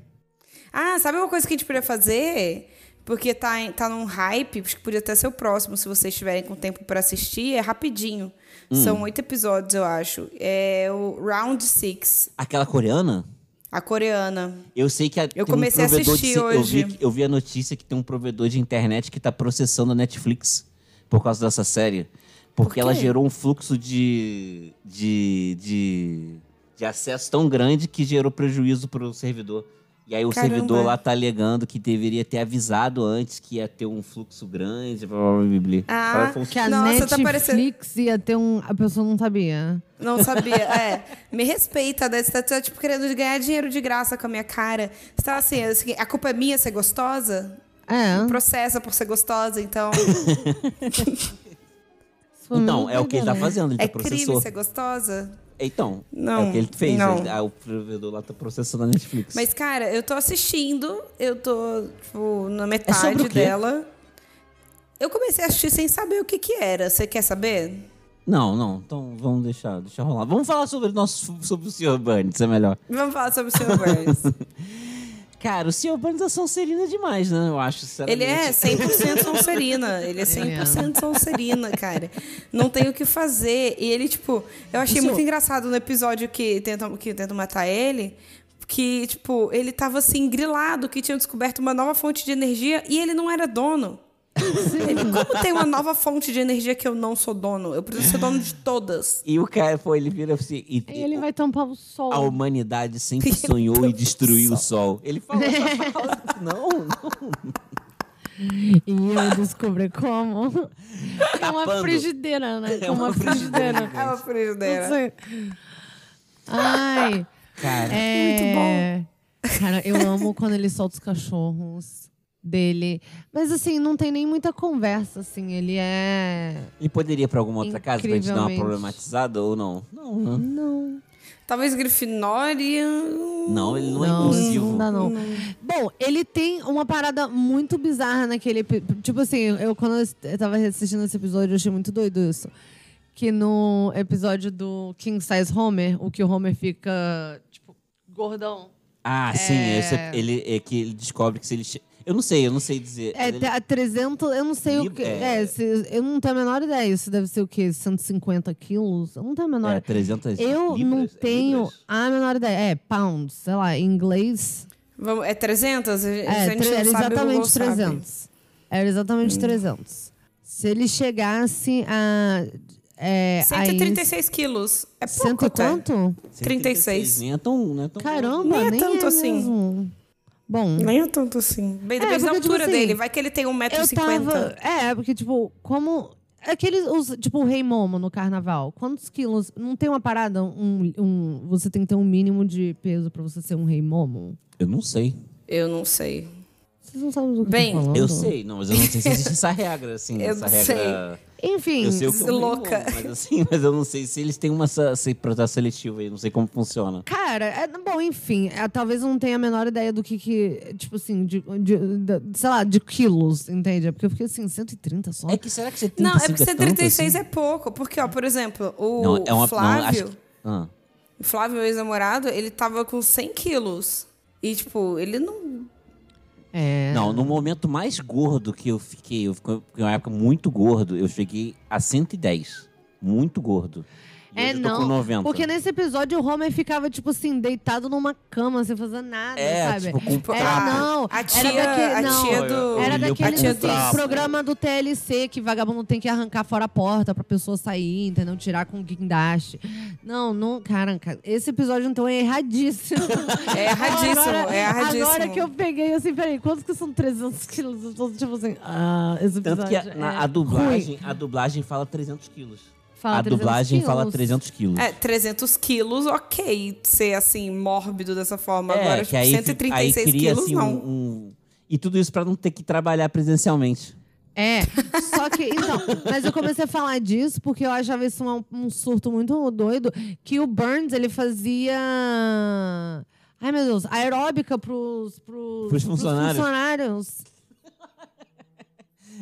S1: Ah, sabe uma coisa que a gente podia fazer? Porque tá, em- tá num hype, acho que podia até ser o próximo, se vocês tiverem com tempo pra assistir, é rapidinho. São oito episódios, eu acho. É o Round Six,
S2: Aquela coreana?
S1: a coreana.
S2: Eu sei que a, tem um
S1: comecei a
S2: provedor
S1: assistir
S2: de, se- eu vi- Eu
S1: hoje.
S2: vi, a notícia que tem um provedor de internet que tá processando a Netflix por causa dessa série. Porque
S1: quê?
S2: ela gerou um fluxo de, de, de, de acesso tão grande que gerou prejuízo pro servidor. E aí o
S1: Caramba.
S2: servidor lá tá alegando que deveria ter avisado antes que ia ter um fluxo grande. Blá, blá, blá, blá, blá.
S1: Ah,
S2: Fala, foi um-
S3: Que a
S1: Nossa, tá
S3: Netflix ia ter um. A pessoa não sabia.
S1: Não sabia. É. Me respeita, né? Você tá, tá, tipo, querendo ganhar dinheiro de graça com a minha cara. Você tá assim, assim, a culpa é minha ser gostosa?
S3: É.
S1: Processa por ser gostosa, então.
S3: isso foi
S2: Então,
S3: muito
S2: é o que ele tá
S3: legal.
S2: fazendo, ele
S1: É
S2: tá
S1: crime
S2: processou.
S1: ser gostosa?
S2: Então,
S1: Não,
S2: é o que ele fez.
S1: não.
S2: ele- ah, o provedor lá tá processando a Netflix.
S1: Mas, cara, eu tô assistindo, eu tô, tipo, na metade
S2: É sobre o quê?
S1: dela. Eu comecei a assistir sem saber o que que era. Você quer saber?
S2: Não, não. Então vamos deixar, deixa rolar. Vamos falar sobre, nosso, sobre o Sr. Burns, é melhor.
S1: Vamos falar sobre o Sr. Burns.
S2: Cara, o Sr. Burns é Sonserina demais, né? Eu acho,
S1: Ele
S2: sinceramente.
S1: é 100% Sonserina. Ele é 100% Sonserina, cara. Não tem o que fazer. E ele, tipo, eu achei muito engraçado no episódio que tentam, que tentam matar ele. Que, tipo, ele tava assim, grilado, que tinham descoberto uma nova fonte de energia e ele não era dono.
S3: Sim.
S1: Como tem uma nova fonte de energia que eu não sou dono? Eu preciso ser dono de todas.
S2: E o cara, pô, ele vira assim. E,
S3: E ele vai tampar o sol.
S2: A humanidade sempre
S1: Ele
S2: sonhou
S1: tá
S2: e destruiu o sol. Ele falou essa frase. Não, não.
S3: E eu descobri como. É uma
S2: Tapando.
S3: frigideira, né? É uma frigideira.
S1: É uma
S3: Não
S1: frigideira.
S3: sei. Ai.
S2: Cara,
S3: É... Muito bom. Cara, eu amo quando ele solta os cachorros dele. Mas assim, não tem nem muita conversa, assim. Ele é.
S2: ele poderia ir pra alguma outra casa pra gente dar uma
S3: Incrivelmente.
S2: problematizada ou não? Não, não.
S3: Não. né?
S1: Talvez Grifinória.
S2: Não, ele não, é
S3: Não,
S2: inclusivo.
S3: não dá, não. Bom, ele tem uma parada muito bizarra naquele. epi- Tipo assim, eu quando eu tava assistindo esse episódio, eu achei muito doido isso. Que no episódio do King Size Homer, o que o Homer fica, tipo, gordão.
S2: Ah, sim, esse é- ele é que ele descobre que se ele. che- Eu não sei, eu não sei dizer.
S3: É,
S2: Ele-
S3: te- a 300, eu não sei o
S2: Lib-
S3: que.
S2: é.
S3: É, se- eu não tenho a menor ideia. Isso deve ser o quê? 150 quilos? Eu não tenho a menor
S2: é, 300
S3: Eu
S2: libras,
S3: não
S2: é
S3: tenho
S2: libras?
S3: a menor ideia. É, pounds, sei lá, em inglês.
S1: Vamos- É 300? A gente
S3: É,
S1: não Hum.
S3: tre- era
S1: sabe, o Google
S3: exatamente
S1: sabe.
S3: 300. Era exatamente 300. Se ele chegasse a. É, a ins-
S1: 136 quilos. É pouco
S3: Cento e
S1: até.
S3: quanto?
S1: 36.
S2: Nem é tão. Não é tão
S3: Caramba,
S1: Nem é
S3: nem,
S1: tanto assim.
S3: mesmo. Bom,
S1: Nem é tanto assim. Bem, depende da
S3: porque, tipo
S1: altura
S3: assim,
S1: dele. Vai que ele tem 1,50m.
S3: eu tava. É, porque, tipo, como. Aqueles. Os, tipo, o Rei Momo no carnaval. Quantos quilos? Não tem uma parada? Um, um, você tem que ter um mínimo de peso pra você ser um Rei Momo?
S2: Eu não sei.
S1: Eu não sei.
S3: Vocês não sabem do que
S1: Bem,
S3: eu tô falando.
S2: Eu sei, não, mas eu não sei se existe essa regra, assim.
S1: Uhum. Eu
S2: essa
S1: não sei.
S2: regra.
S3: Enfim.
S2: Eu sei o que é um
S1: Louca.
S2: limão, mas assim, mas eu não sei se eles têm uma essa- esse processo seletivo aí, não sei como funciona.
S3: Cara, é- bom, enfim, é, talvez eu não tenha a menor ideia do que, que tipo assim, de, de- da- sei lá, de quilos, entende? É porque eu fiquei assim, 130 só.
S2: É que será que você tem
S1: Não, é porque 136
S3: assim?
S1: é pouco. Porque, ó, por exemplo, o
S2: assim. Não, é uma Não,
S1: Flávio,
S2: acho... ah,
S1: o Flávio, meu ex-namorado, ele tava com 100 quilos. E, tipo, ele não...
S3: É.
S2: não, no momento mais gordo que eu fiquei, eu fiquei em uma época muito gordo, eu cheguei a 110. Muito gordo. E
S3: É,
S2: hoje eu tô com
S3: não,
S2: 90.
S3: Porque nesse episódio o Homer ficava, tipo assim, deitado numa cama, sem fazer nada,
S2: É,
S3: sabe?
S2: tipo, um com
S3: é,
S2: trapo.
S3: não,
S1: A tia,
S3: era daquele,
S1: a
S3: não,
S1: tia do...
S3: Era
S2: Olhei o
S3: daquele
S1: patinho
S3: do
S1: trapo.
S3: programa do TLC que vagabundo tem que arrancar fora a porta pra pessoa sair, entendeu? Tirar com guindaste. Não, não, caraca, esse episódio então é erradíssimo.
S1: É erradíssimo,
S3: Agora-
S1: é erradíssimo.
S3: Agora que eu peguei, assim, peraí, quantos que são 300 quilos? Eu tô tipo assim, ah, esse episódio.
S2: Tanto que a, na-
S3: é
S2: a dublagem, a dublagem fala 300 quilos.
S3: Fala
S2: a
S3: 300
S2: dublagem fala
S3: quilos.
S2: 300 quilos.
S1: É, 300 quilos, ok, ser assim, mórbido dessa forma.
S2: É,
S1: Agora,
S2: que
S1: tipo,
S2: aí, fi-
S1: 136
S2: aí cria,
S1: quilos,
S2: assim, um-
S1: não.
S2: um- E tudo isso pra não ter que trabalhar presencialmente.
S3: É, só que. Então, mas eu comecei a falar disso porque eu achava isso um, um surto muito doido. Que o Burns, ele fazia. Ai, meu Deus, aeróbica pros, pros,
S2: Pros funcionários.
S3: funcionários.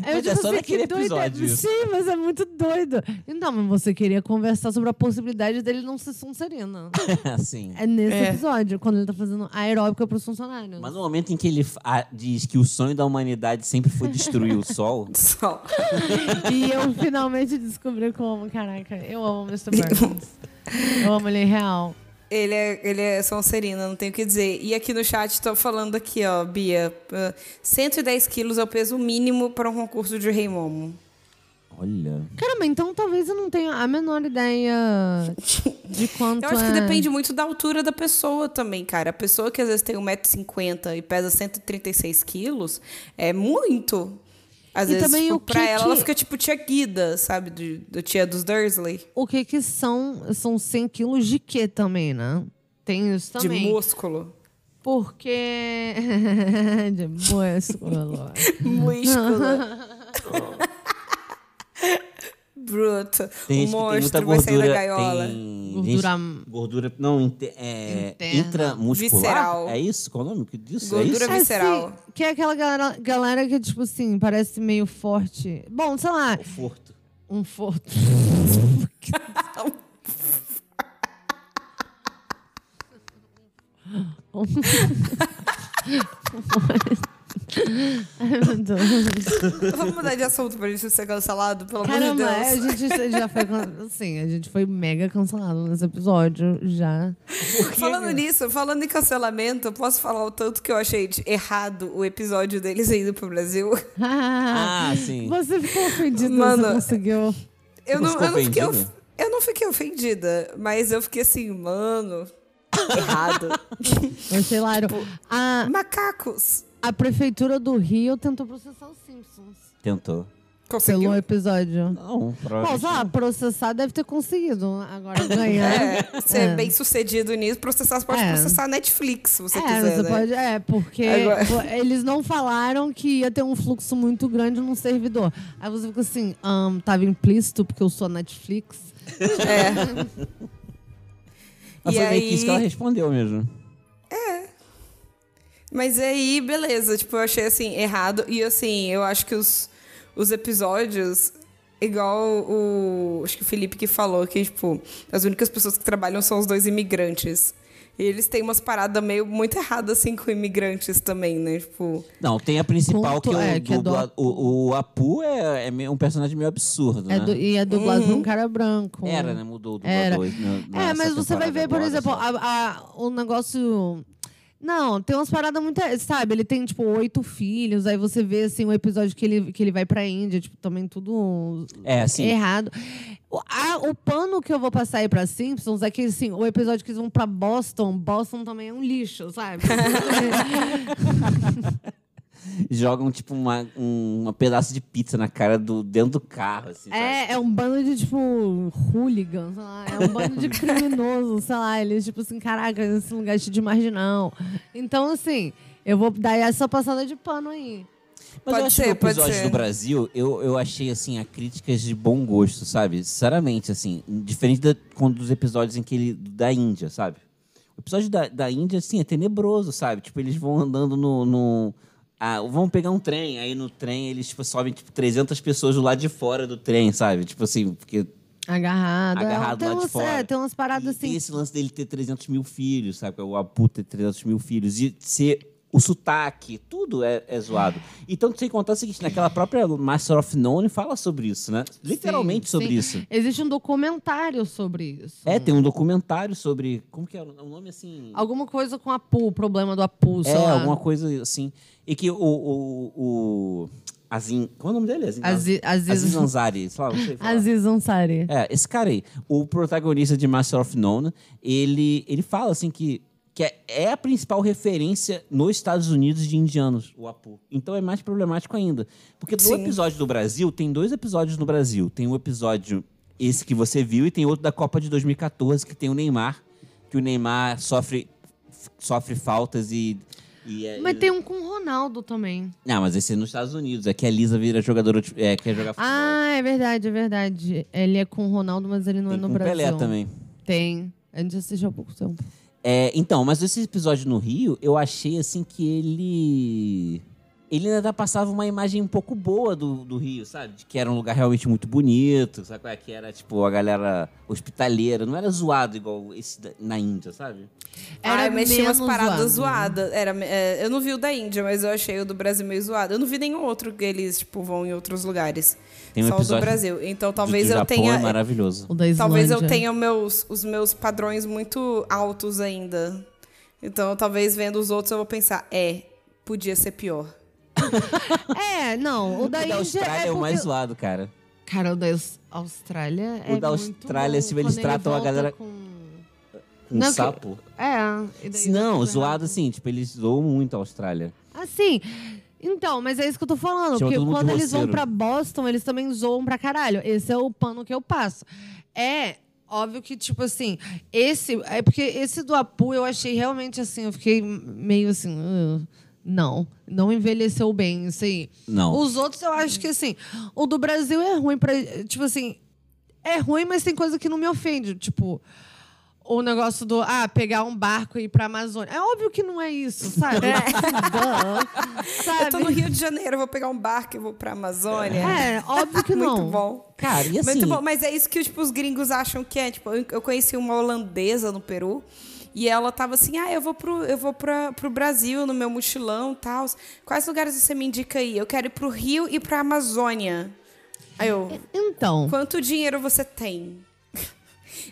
S3: Aí Eu
S2: Mas é
S3: tipo
S2: só
S3: assim,
S2: naquele
S3: que doido é-
S2: episódio isso.
S3: Sim, mas é muito doido. Então, mas você queria conversar sobre a possibilidade dele não ser Sonserina.
S2: assim.
S3: É nesse
S1: É.
S3: episódio, quando ele tá fazendo aeróbica pros funcionários.
S2: Mas no momento em que ele fa- ah, diz que o sonho da humanidade sempre foi destruir o sol,
S1: Só.
S3: E eu finalmente descobri como, caraca. Eu amo o Mr. Burns. Eu amo ele real.
S1: Ele é, ele é Sonserina, não tenho o que dizer. E aqui no chat tô falando aqui, ó, Bia. eh, 110 quilos é o peso mínimo para um concurso de Rei Momo.
S2: olha.
S3: Caramba, então talvez eu não tenha a menor ideia de quanto
S1: Eu acho que
S3: é.
S1: depende muito da altura da pessoa também, cara. A pessoa que às vezes tem 1,50m e pesa 136 quilos é muito. Às
S3: E
S1: vezes,
S3: também
S1: tipo,
S3: o que
S1: pra ela, ela
S3: que-
S1: fica tipo tia Guida, sabe? Do, do tia dos Dursley.
S3: O que que são? São 100 quilos de quê também, né? Tem isso também.
S1: De músculo.
S3: Porque... de músculo.
S1: Músculo. Bruto.
S2: Tem
S1: o
S2: gente que tem muita
S1: monstro vai sair da
S2: gordura.
S1: gaiola.
S2: Tem
S3: Gordura-
S2: gente- gordura. Não, inte, é,
S3: Interna.
S2: intramuscular.
S1: Visceral.
S2: É isso? Qual é o nome que disso?
S1: Gordura
S2: é isso?
S1: vis- visceral.
S3: Assim, que é aquela galera, galera que, tipo assim, parece meio forte. Bom, sei lá,
S2: Conforto.
S3: um forte. Ai, meu Deus.
S1: Vamos mudar de assunto pra gente não ser cancelado, pelo amor de
S3: Caramba,
S1: Deus.
S3: a gente já foi. can- Sim, a gente foi mega cancelado nesse episódio já.
S1: Falando nisso, falando em cancelamento, eu posso falar o tanto que eu achei de errado o episódio deles indo pro Brasil?
S2: Ah, sim.
S3: Você ficou ofendido,
S1: Mano,
S3: você conseguiu.
S1: Eu não,
S2: ficou
S1: eu não fiquei of-
S2: ofendida?
S1: eu não fiquei ofendida, mas eu fiquei assim, mano, errado.
S3: Mas, sei lá, a,
S1: Macacos.
S3: a prefeitura do Rio tentou processar os Simpsons
S2: Tentou.
S1: Conseguiu?
S3: pelo episódio.
S2: Não,
S3: Bom,
S2: provavelmente.
S3: sei lá, processar deve ter conseguido. Agora ganhar.
S1: É, ser
S3: É.
S1: bem sucedido nisso, processar, você pode
S3: É.
S1: processar a Netflix, se você
S3: é,
S1: quiser,
S3: você
S1: né?
S3: pode. É, porque
S1: Agora-
S3: pô, eles não falaram que ia ter um fluxo muito grande num servidor. Aí você fica assim, ahn, tava implícito porque eu sou a Netflix.
S1: É.
S2: Mas
S1: e
S2: foi meio
S1: aí-
S2: que isso que ela respondeu mesmo.
S1: Mas aí, beleza, tipo, eu achei assim, errado. E assim, eu acho que os, os episódios, igual o. Acho que o Felipe que falou que, tipo, as únicas pessoas que trabalham são os dois imigrantes. E eles têm umas paradas meio muito erradas, assim, com imigrantes também, né? Tipo.
S2: Não, tem a principal
S3: Ponto
S2: que, o,
S3: é, que é
S2: do-
S3: do-
S2: o, o Apu é, é meio- um personagem meio absurdo,
S3: É
S2: né?
S3: do- e é dublado
S1: Uhum.
S3: por um cara branco.
S2: Era, né? Mudou do
S3: Era.
S2: dois. né?
S3: É, mas você vai ver, por exemplo,
S2: assim.
S3: a- a- o negócio. Não, tem umas paradas muito. Sabe, ele tem, tipo, oito filhos, aí você vê, assim, um episódio que ele, que ele vai pra Índia, tipo, também tudo
S2: É, assim.
S3: errado. O, a- o pano que eu vou passar aí pra Simpsons é que, assim, o episódio que eles vão pra Boston, Boston também é um lixo, sabe?
S2: Jogam, tipo, uma, um uma pedaço de pizza na cara do dentro do carro, assim. sabe?
S3: É, é um bando de, tipo, hooligans, sei lá. É um bando de criminosos, sei lá. Eles, tipo assim, caraca, esse lugar é cheio de marginal. Então, assim, eu vou dar essa passada de pano aí.
S2: Mas eu
S1: Pode
S2: acho
S1: ser,
S2: que o
S1: pode
S2: episódio
S1: ser.
S2: do Brasil, eu, eu achei, assim, a críticas de bom gosto, sabe? Sinceramente, assim, diferente da, quando dos episódios em que ele. da Índia, sabe? O episódio da, da Índia, assim, é tenebroso, sabe? Tipo, eles vão andando no. no ah, vão pegar um trem, aí no trem eles tipo, sobem, tipo, 300 pessoas do lado de fora do trem, sabe? Tipo assim, porque
S3: Agarrado.
S2: Agarrado
S3: é, tem
S2: lá de
S3: umas,
S2: fora.
S3: É, tem umas
S2: E
S3: paradas
S2: tem
S3: assim.
S2: esse lance dele ter 300 mil filhos, sabe? é O Apu ter 300 mil filhos. E ser o sotaque, tudo é, é zoado. Então, sem contar o seguinte, naquela própria Master of None fala sobre isso, né? Literalmente
S3: Sim,
S2: sobre
S3: sim.
S2: isso.
S3: Existe um documentário sobre isso.
S2: É, tem um documentário sobre... Como que é o nome, assim...
S3: Alguma coisa com Apu, o problema do Apu, sei
S2: é,
S3: lá.
S2: alguma coisa assim. E que o... o, o Azin... Qual é o nome dele? Azin,
S3: Aziz,
S2: Aziz
S3: Aziz,
S2: Ansari, sei lá, não sei falar.
S3: Aziz Ansari.
S2: É, esse cara aí, o protagonista de Master of None, ele, ele fala assim que, que é- é a principal referência nos Estados Unidos de indianos, o Apu. Então é mais problemático ainda. Porque no
S1: Sim.
S2: episódio do Brasil, tem dois episódios no Brasil. Tem um episódio, esse que você viu, e tem outro da Copa de 2014, que tem o Neymar, que o Neymar sofre, sofre faltas e. e é-
S3: Mas tem um com o Ronaldo também.
S2: Não, mas esse é nos Estados Unidos, é que a Lisa vira jogadora, de- é, quer jogar futebol.
S3: Ah, é verdade, é verdade. Ele é com o Ronaldo, mas ele não
S2: tem
S3: é no
S2: com o
S3: Brasil.
S2: Pelé também.
S3: Tem. A gente assistiu há pouco tempo.
S2: É, então, mas esse episódio no Rio, eu achei assim que ele. Ele ainda tá, passava uma imagem um pouco boa do, do Rio, sabe? De que era um lugar realmente muito bonito, sabe? qual é? Que era, tipo, a galera hospitaleira. Não era zoado igual esse da- na Índia, sabe?
S3: Era
S1: Ai, mas tinha umas
S3: menos
S1: paradas
S3: zoado.
S1: zoadas. Era, é, eu não vi o da Índia, mas eu achei o do Brasil meio zoado. Eu não vi nenhum outro que eles, tipo, vão em outros lugares.
S2: Tem um
S1: Só o do
S2: episódio
S1: Brasil. Então
S2: Do-
S1: talvez
S2: do
S1: eu
S2: Japão
S1: tenha.
S2: é maravilhoso.
S3: O da Islândia.
S1: Talvez eu tenha meus, os meus padrões muito altos ainda. Então, talvez vendo os outros eu vou pensar, é, podia ser pior.
S3: É, não. O da,
S2: o da
S3: Índia
S2: Austrália é,
S3: é
S2: o mais
S3: porque-
S2: zoado, cara.
S3: Cara, o da Aus- Austrália é
S2: O da
S3: muito
S2: Austrália,
S3: bom
S2: se eles
S3: quando ele
S2: tratam a
S3: volta
S2: galera-
S3: com-
S2: Com um
S3: Não, que-
S2: sapo.
S3: É. e daí dá
S2: Não,
S3: tudo
S2: zoado
S3: errado.
S2: assim. Tipo, eles zoam muito a Austrália.
S3: Assim... Então, mas é isso que eu tô falando.
S2: Chama
S3: Porque
S2: todo mundo de
S3: quando eles vão
S2: roceiro.
S3: pra Boston, eles também zoam pra caralho. Esse é o pano que eu passo. É óbvio que, tipo assim, esse. É porque esse do Apu eu achei realmente assim, eu fiquei meio assim. "Ugh, não, não envelheceu bem isso aí.
S2: Não.
S3: Os outros eu acho que assim, o do Brasil é ruim para tipo assim, é ruim, mas tem coisa que não me ofende, tipo o negócio do ah, pegar um barco e ir pra Amazônia. É óbvio que não é isso, sabe? Não, sabe?
S1: É. Eu tô no Rio de Janeiro, eu vou pegar um barco e vou pra Amazônia.
S3: É, óbvio que não.
S1: Muito bom.
S2: Cara, e assim.
S1: Muito bom, mas é isso que tipo, os gringos acham que é. Tipo, eu eu conheci uma holandesa no Peru E ela tava assim: ah, eu vou pro, eu vou pra, pro Brasil no meu mochilão e tal. Quais lugares você me indica aí? Eu quero ir pro Rio e pra Amazônia. Aí eu,
S3: Então,
S1: quanto dinheiro você tem?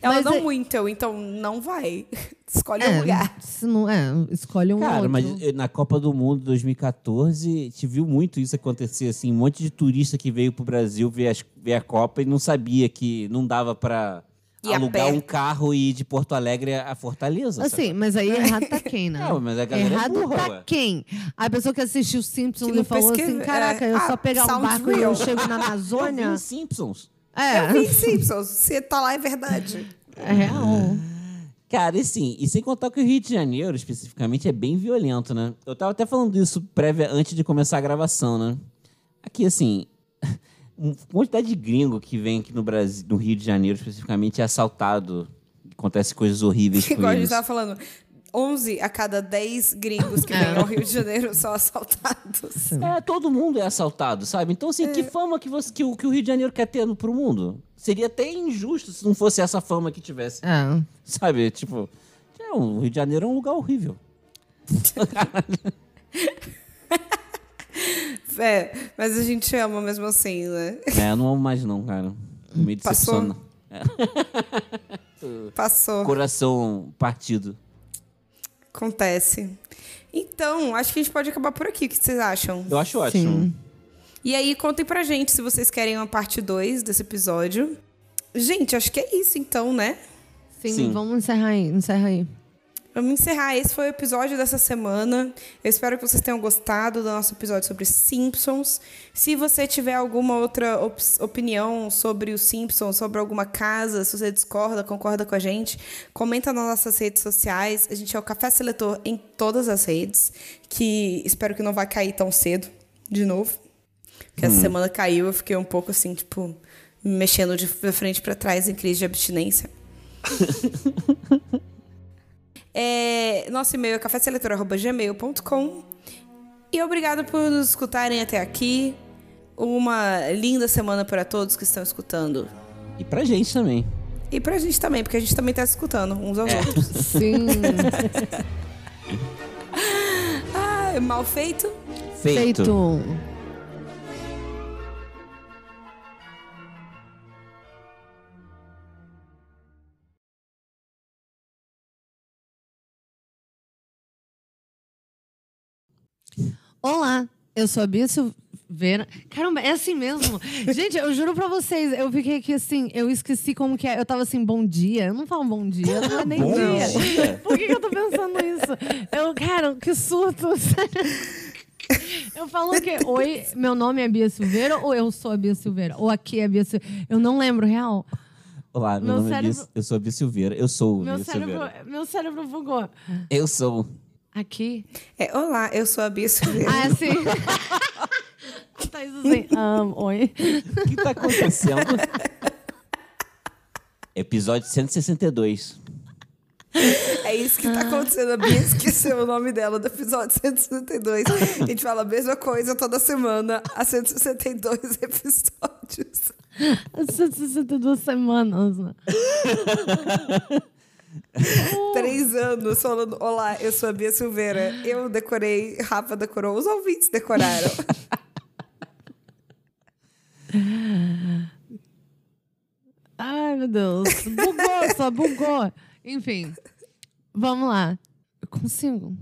S1: Ela
S3: Mas
S1: não
S3: é-
S1: muito, eu, então não vai. Escolhe um
S3: é,
S1: lugar.
S3: se não, é, escolhe um
S2: Cara,
S3: outro.
S2: mas eh, na Copa do Mundo 2014, te viu muito isso acontecer, assim, um monte de turista que veio pro Brasil ver, as- ver a Copa e não sabia que não dava pra
S1: Ir a
S2: alugar
S1: pé.
S2: um carro e ir de Porto Alegre a Fortaleza. sabe?
S3: Assim, mas aí errado tá quem, né?
S2: É. Não, mas a galera é
S3: Errado
S2: burra,
S3: tá
S2: ué.
S3: quem? A pessoa que assistiu Simpsons
S1: Que não
S3: e falou assim:
S1: Tipo, pesquisa,
S3: caraca,
S1: é,
S3: eu
S1: ah,
S3: só pegar um
S1: sounds
S3: barco e
S1: real."
S3: eu chego na Amazônia.
S2: Os Simpsons.
S1: Eu
S3: É,
S1: vi Simpsons, você tá lá, é verdade.
S3: é real.
S2: Cara, e sim, e sem contar que o Rio de Janeiro, especificamente, é bem violento, né? Eu tava até falando isso prévia antes de começar a gravação, né? Aqui, assim, uma quantidade de gringo que vem aqui no Brasil, no Rio de Janeiro, especificamente, é assaltado. Acontece coisas horríveis com
S1: Igual a gente
S2: eles.
S1: tava falando. 11 a cada 10 gringos que vêm ao Rio de Janeiro são assaltados.
S2: É, todo mundo é assaltado, sabe? Então, assim,
S1: É.
S2: que fama que, você, que, o, que o Rio de Janeiro quer ter no- pro mundo? Seria até injusto se não fosse essa fama que tivesse,
S3: É.
S2: sabe? Tipo, é, o Rio de Janeiro é um lugar horrível.
S1: É, mas a gente ama mesmo assim, né?
S2: É, eu não amo mais não, cara. Me
S1: Passou?
S2: decepciona.
S1: Passou.
S2: Coração partido.
S1: Acontece. Então, acho que a gente pode acabar por aqui. O que vocês acham?
S2: Eu acho ótimo.
S3: Sim.
S1: E aí, contem pra gente se vocês querem uma parte 2 desse episódio. Gente, acho que é isso então, né?
S3: Sim,
S2: Sim.
S3: vamos encerrar aí, encerra aí.
S1: Vamos encerrar. Esse foi o episódio dessa semana. Eu espero que vocês tenham gostado do nosso episódio sobre Simpsons. Se você tiver alguma outra op- opinião sobre os Simpsons, sobre alguma casa, se você discorda, concorda com a gente, comenta nas nossas redes sociais. A gente é o Café Seletor em todas as redes, que espero que não vá cair tão cedo de novo. Porque essa semana caiu, eu fiquei um pouco assim, tipo, me mexendo de frente pra trás em crise de abstinência. É, nosso e-mail é caféseletor.gmail.com E obrigado por nos escutarem até aqui. Uma linda semana para todos que estão escutando.
S2: E pra gente também.
S1: E pra gente também, porque a gente também tá se escutando uns aos outros.
S3: Sim,
S1: Ah, mal feito.
S2: Feito.
S3: feito. Olá, eu sou a Bia Silveira. Caramba, é assim mesmo. Gente, eu juro pra vocês, eu fiquei aqui assim, eu esqueci como que é. Eu tava assim, bom dia. Eu não falo bom dia, não é nem
S2: Bom
S3: dia.
S2: dia.
S3: Por que, que eu tô pensando isso? Eu, cara, que surto. sério. Eu falo o quê? Oi, meu nome é Bia Silveira ou eu sou a Bia Silveira? Ou aqui é a Bia Silveira? Eu não lembro, real.
S2: Olá, meu,
S3: Meu
S2: nome é Bia,
S3: cérebro-
S2: eu sou a Bia Silveira. Eu sou o
S3: Meu
S2: Bia
S3: cérebro,
S2: Silveira.
S3: meu cérebro bugou.
S2: Eu sou.
S3: Aqui?
S1: É, olá, eu sou a Bia Silveira.
S3: Ah, é assim. Tá isso assim. ahn, oi.
S2: O que tá acontecendo? Episódio 162.
S1: É isso que tá acontecendo. A Bia esqueceu o nome dela do episódio 162. A gente fala a mesma coisa toda semana, há 162 episódios.
S3: 162 semanas. né?
S1: Três anos falando: Olá, eu sou a Bia Silveira. Eu decorei, Rafa decorou, os ouvintes decoraram.
S3: Ai, meu Deus. Bugou, só bugou. Enfim, vamos lá. Eu consigo.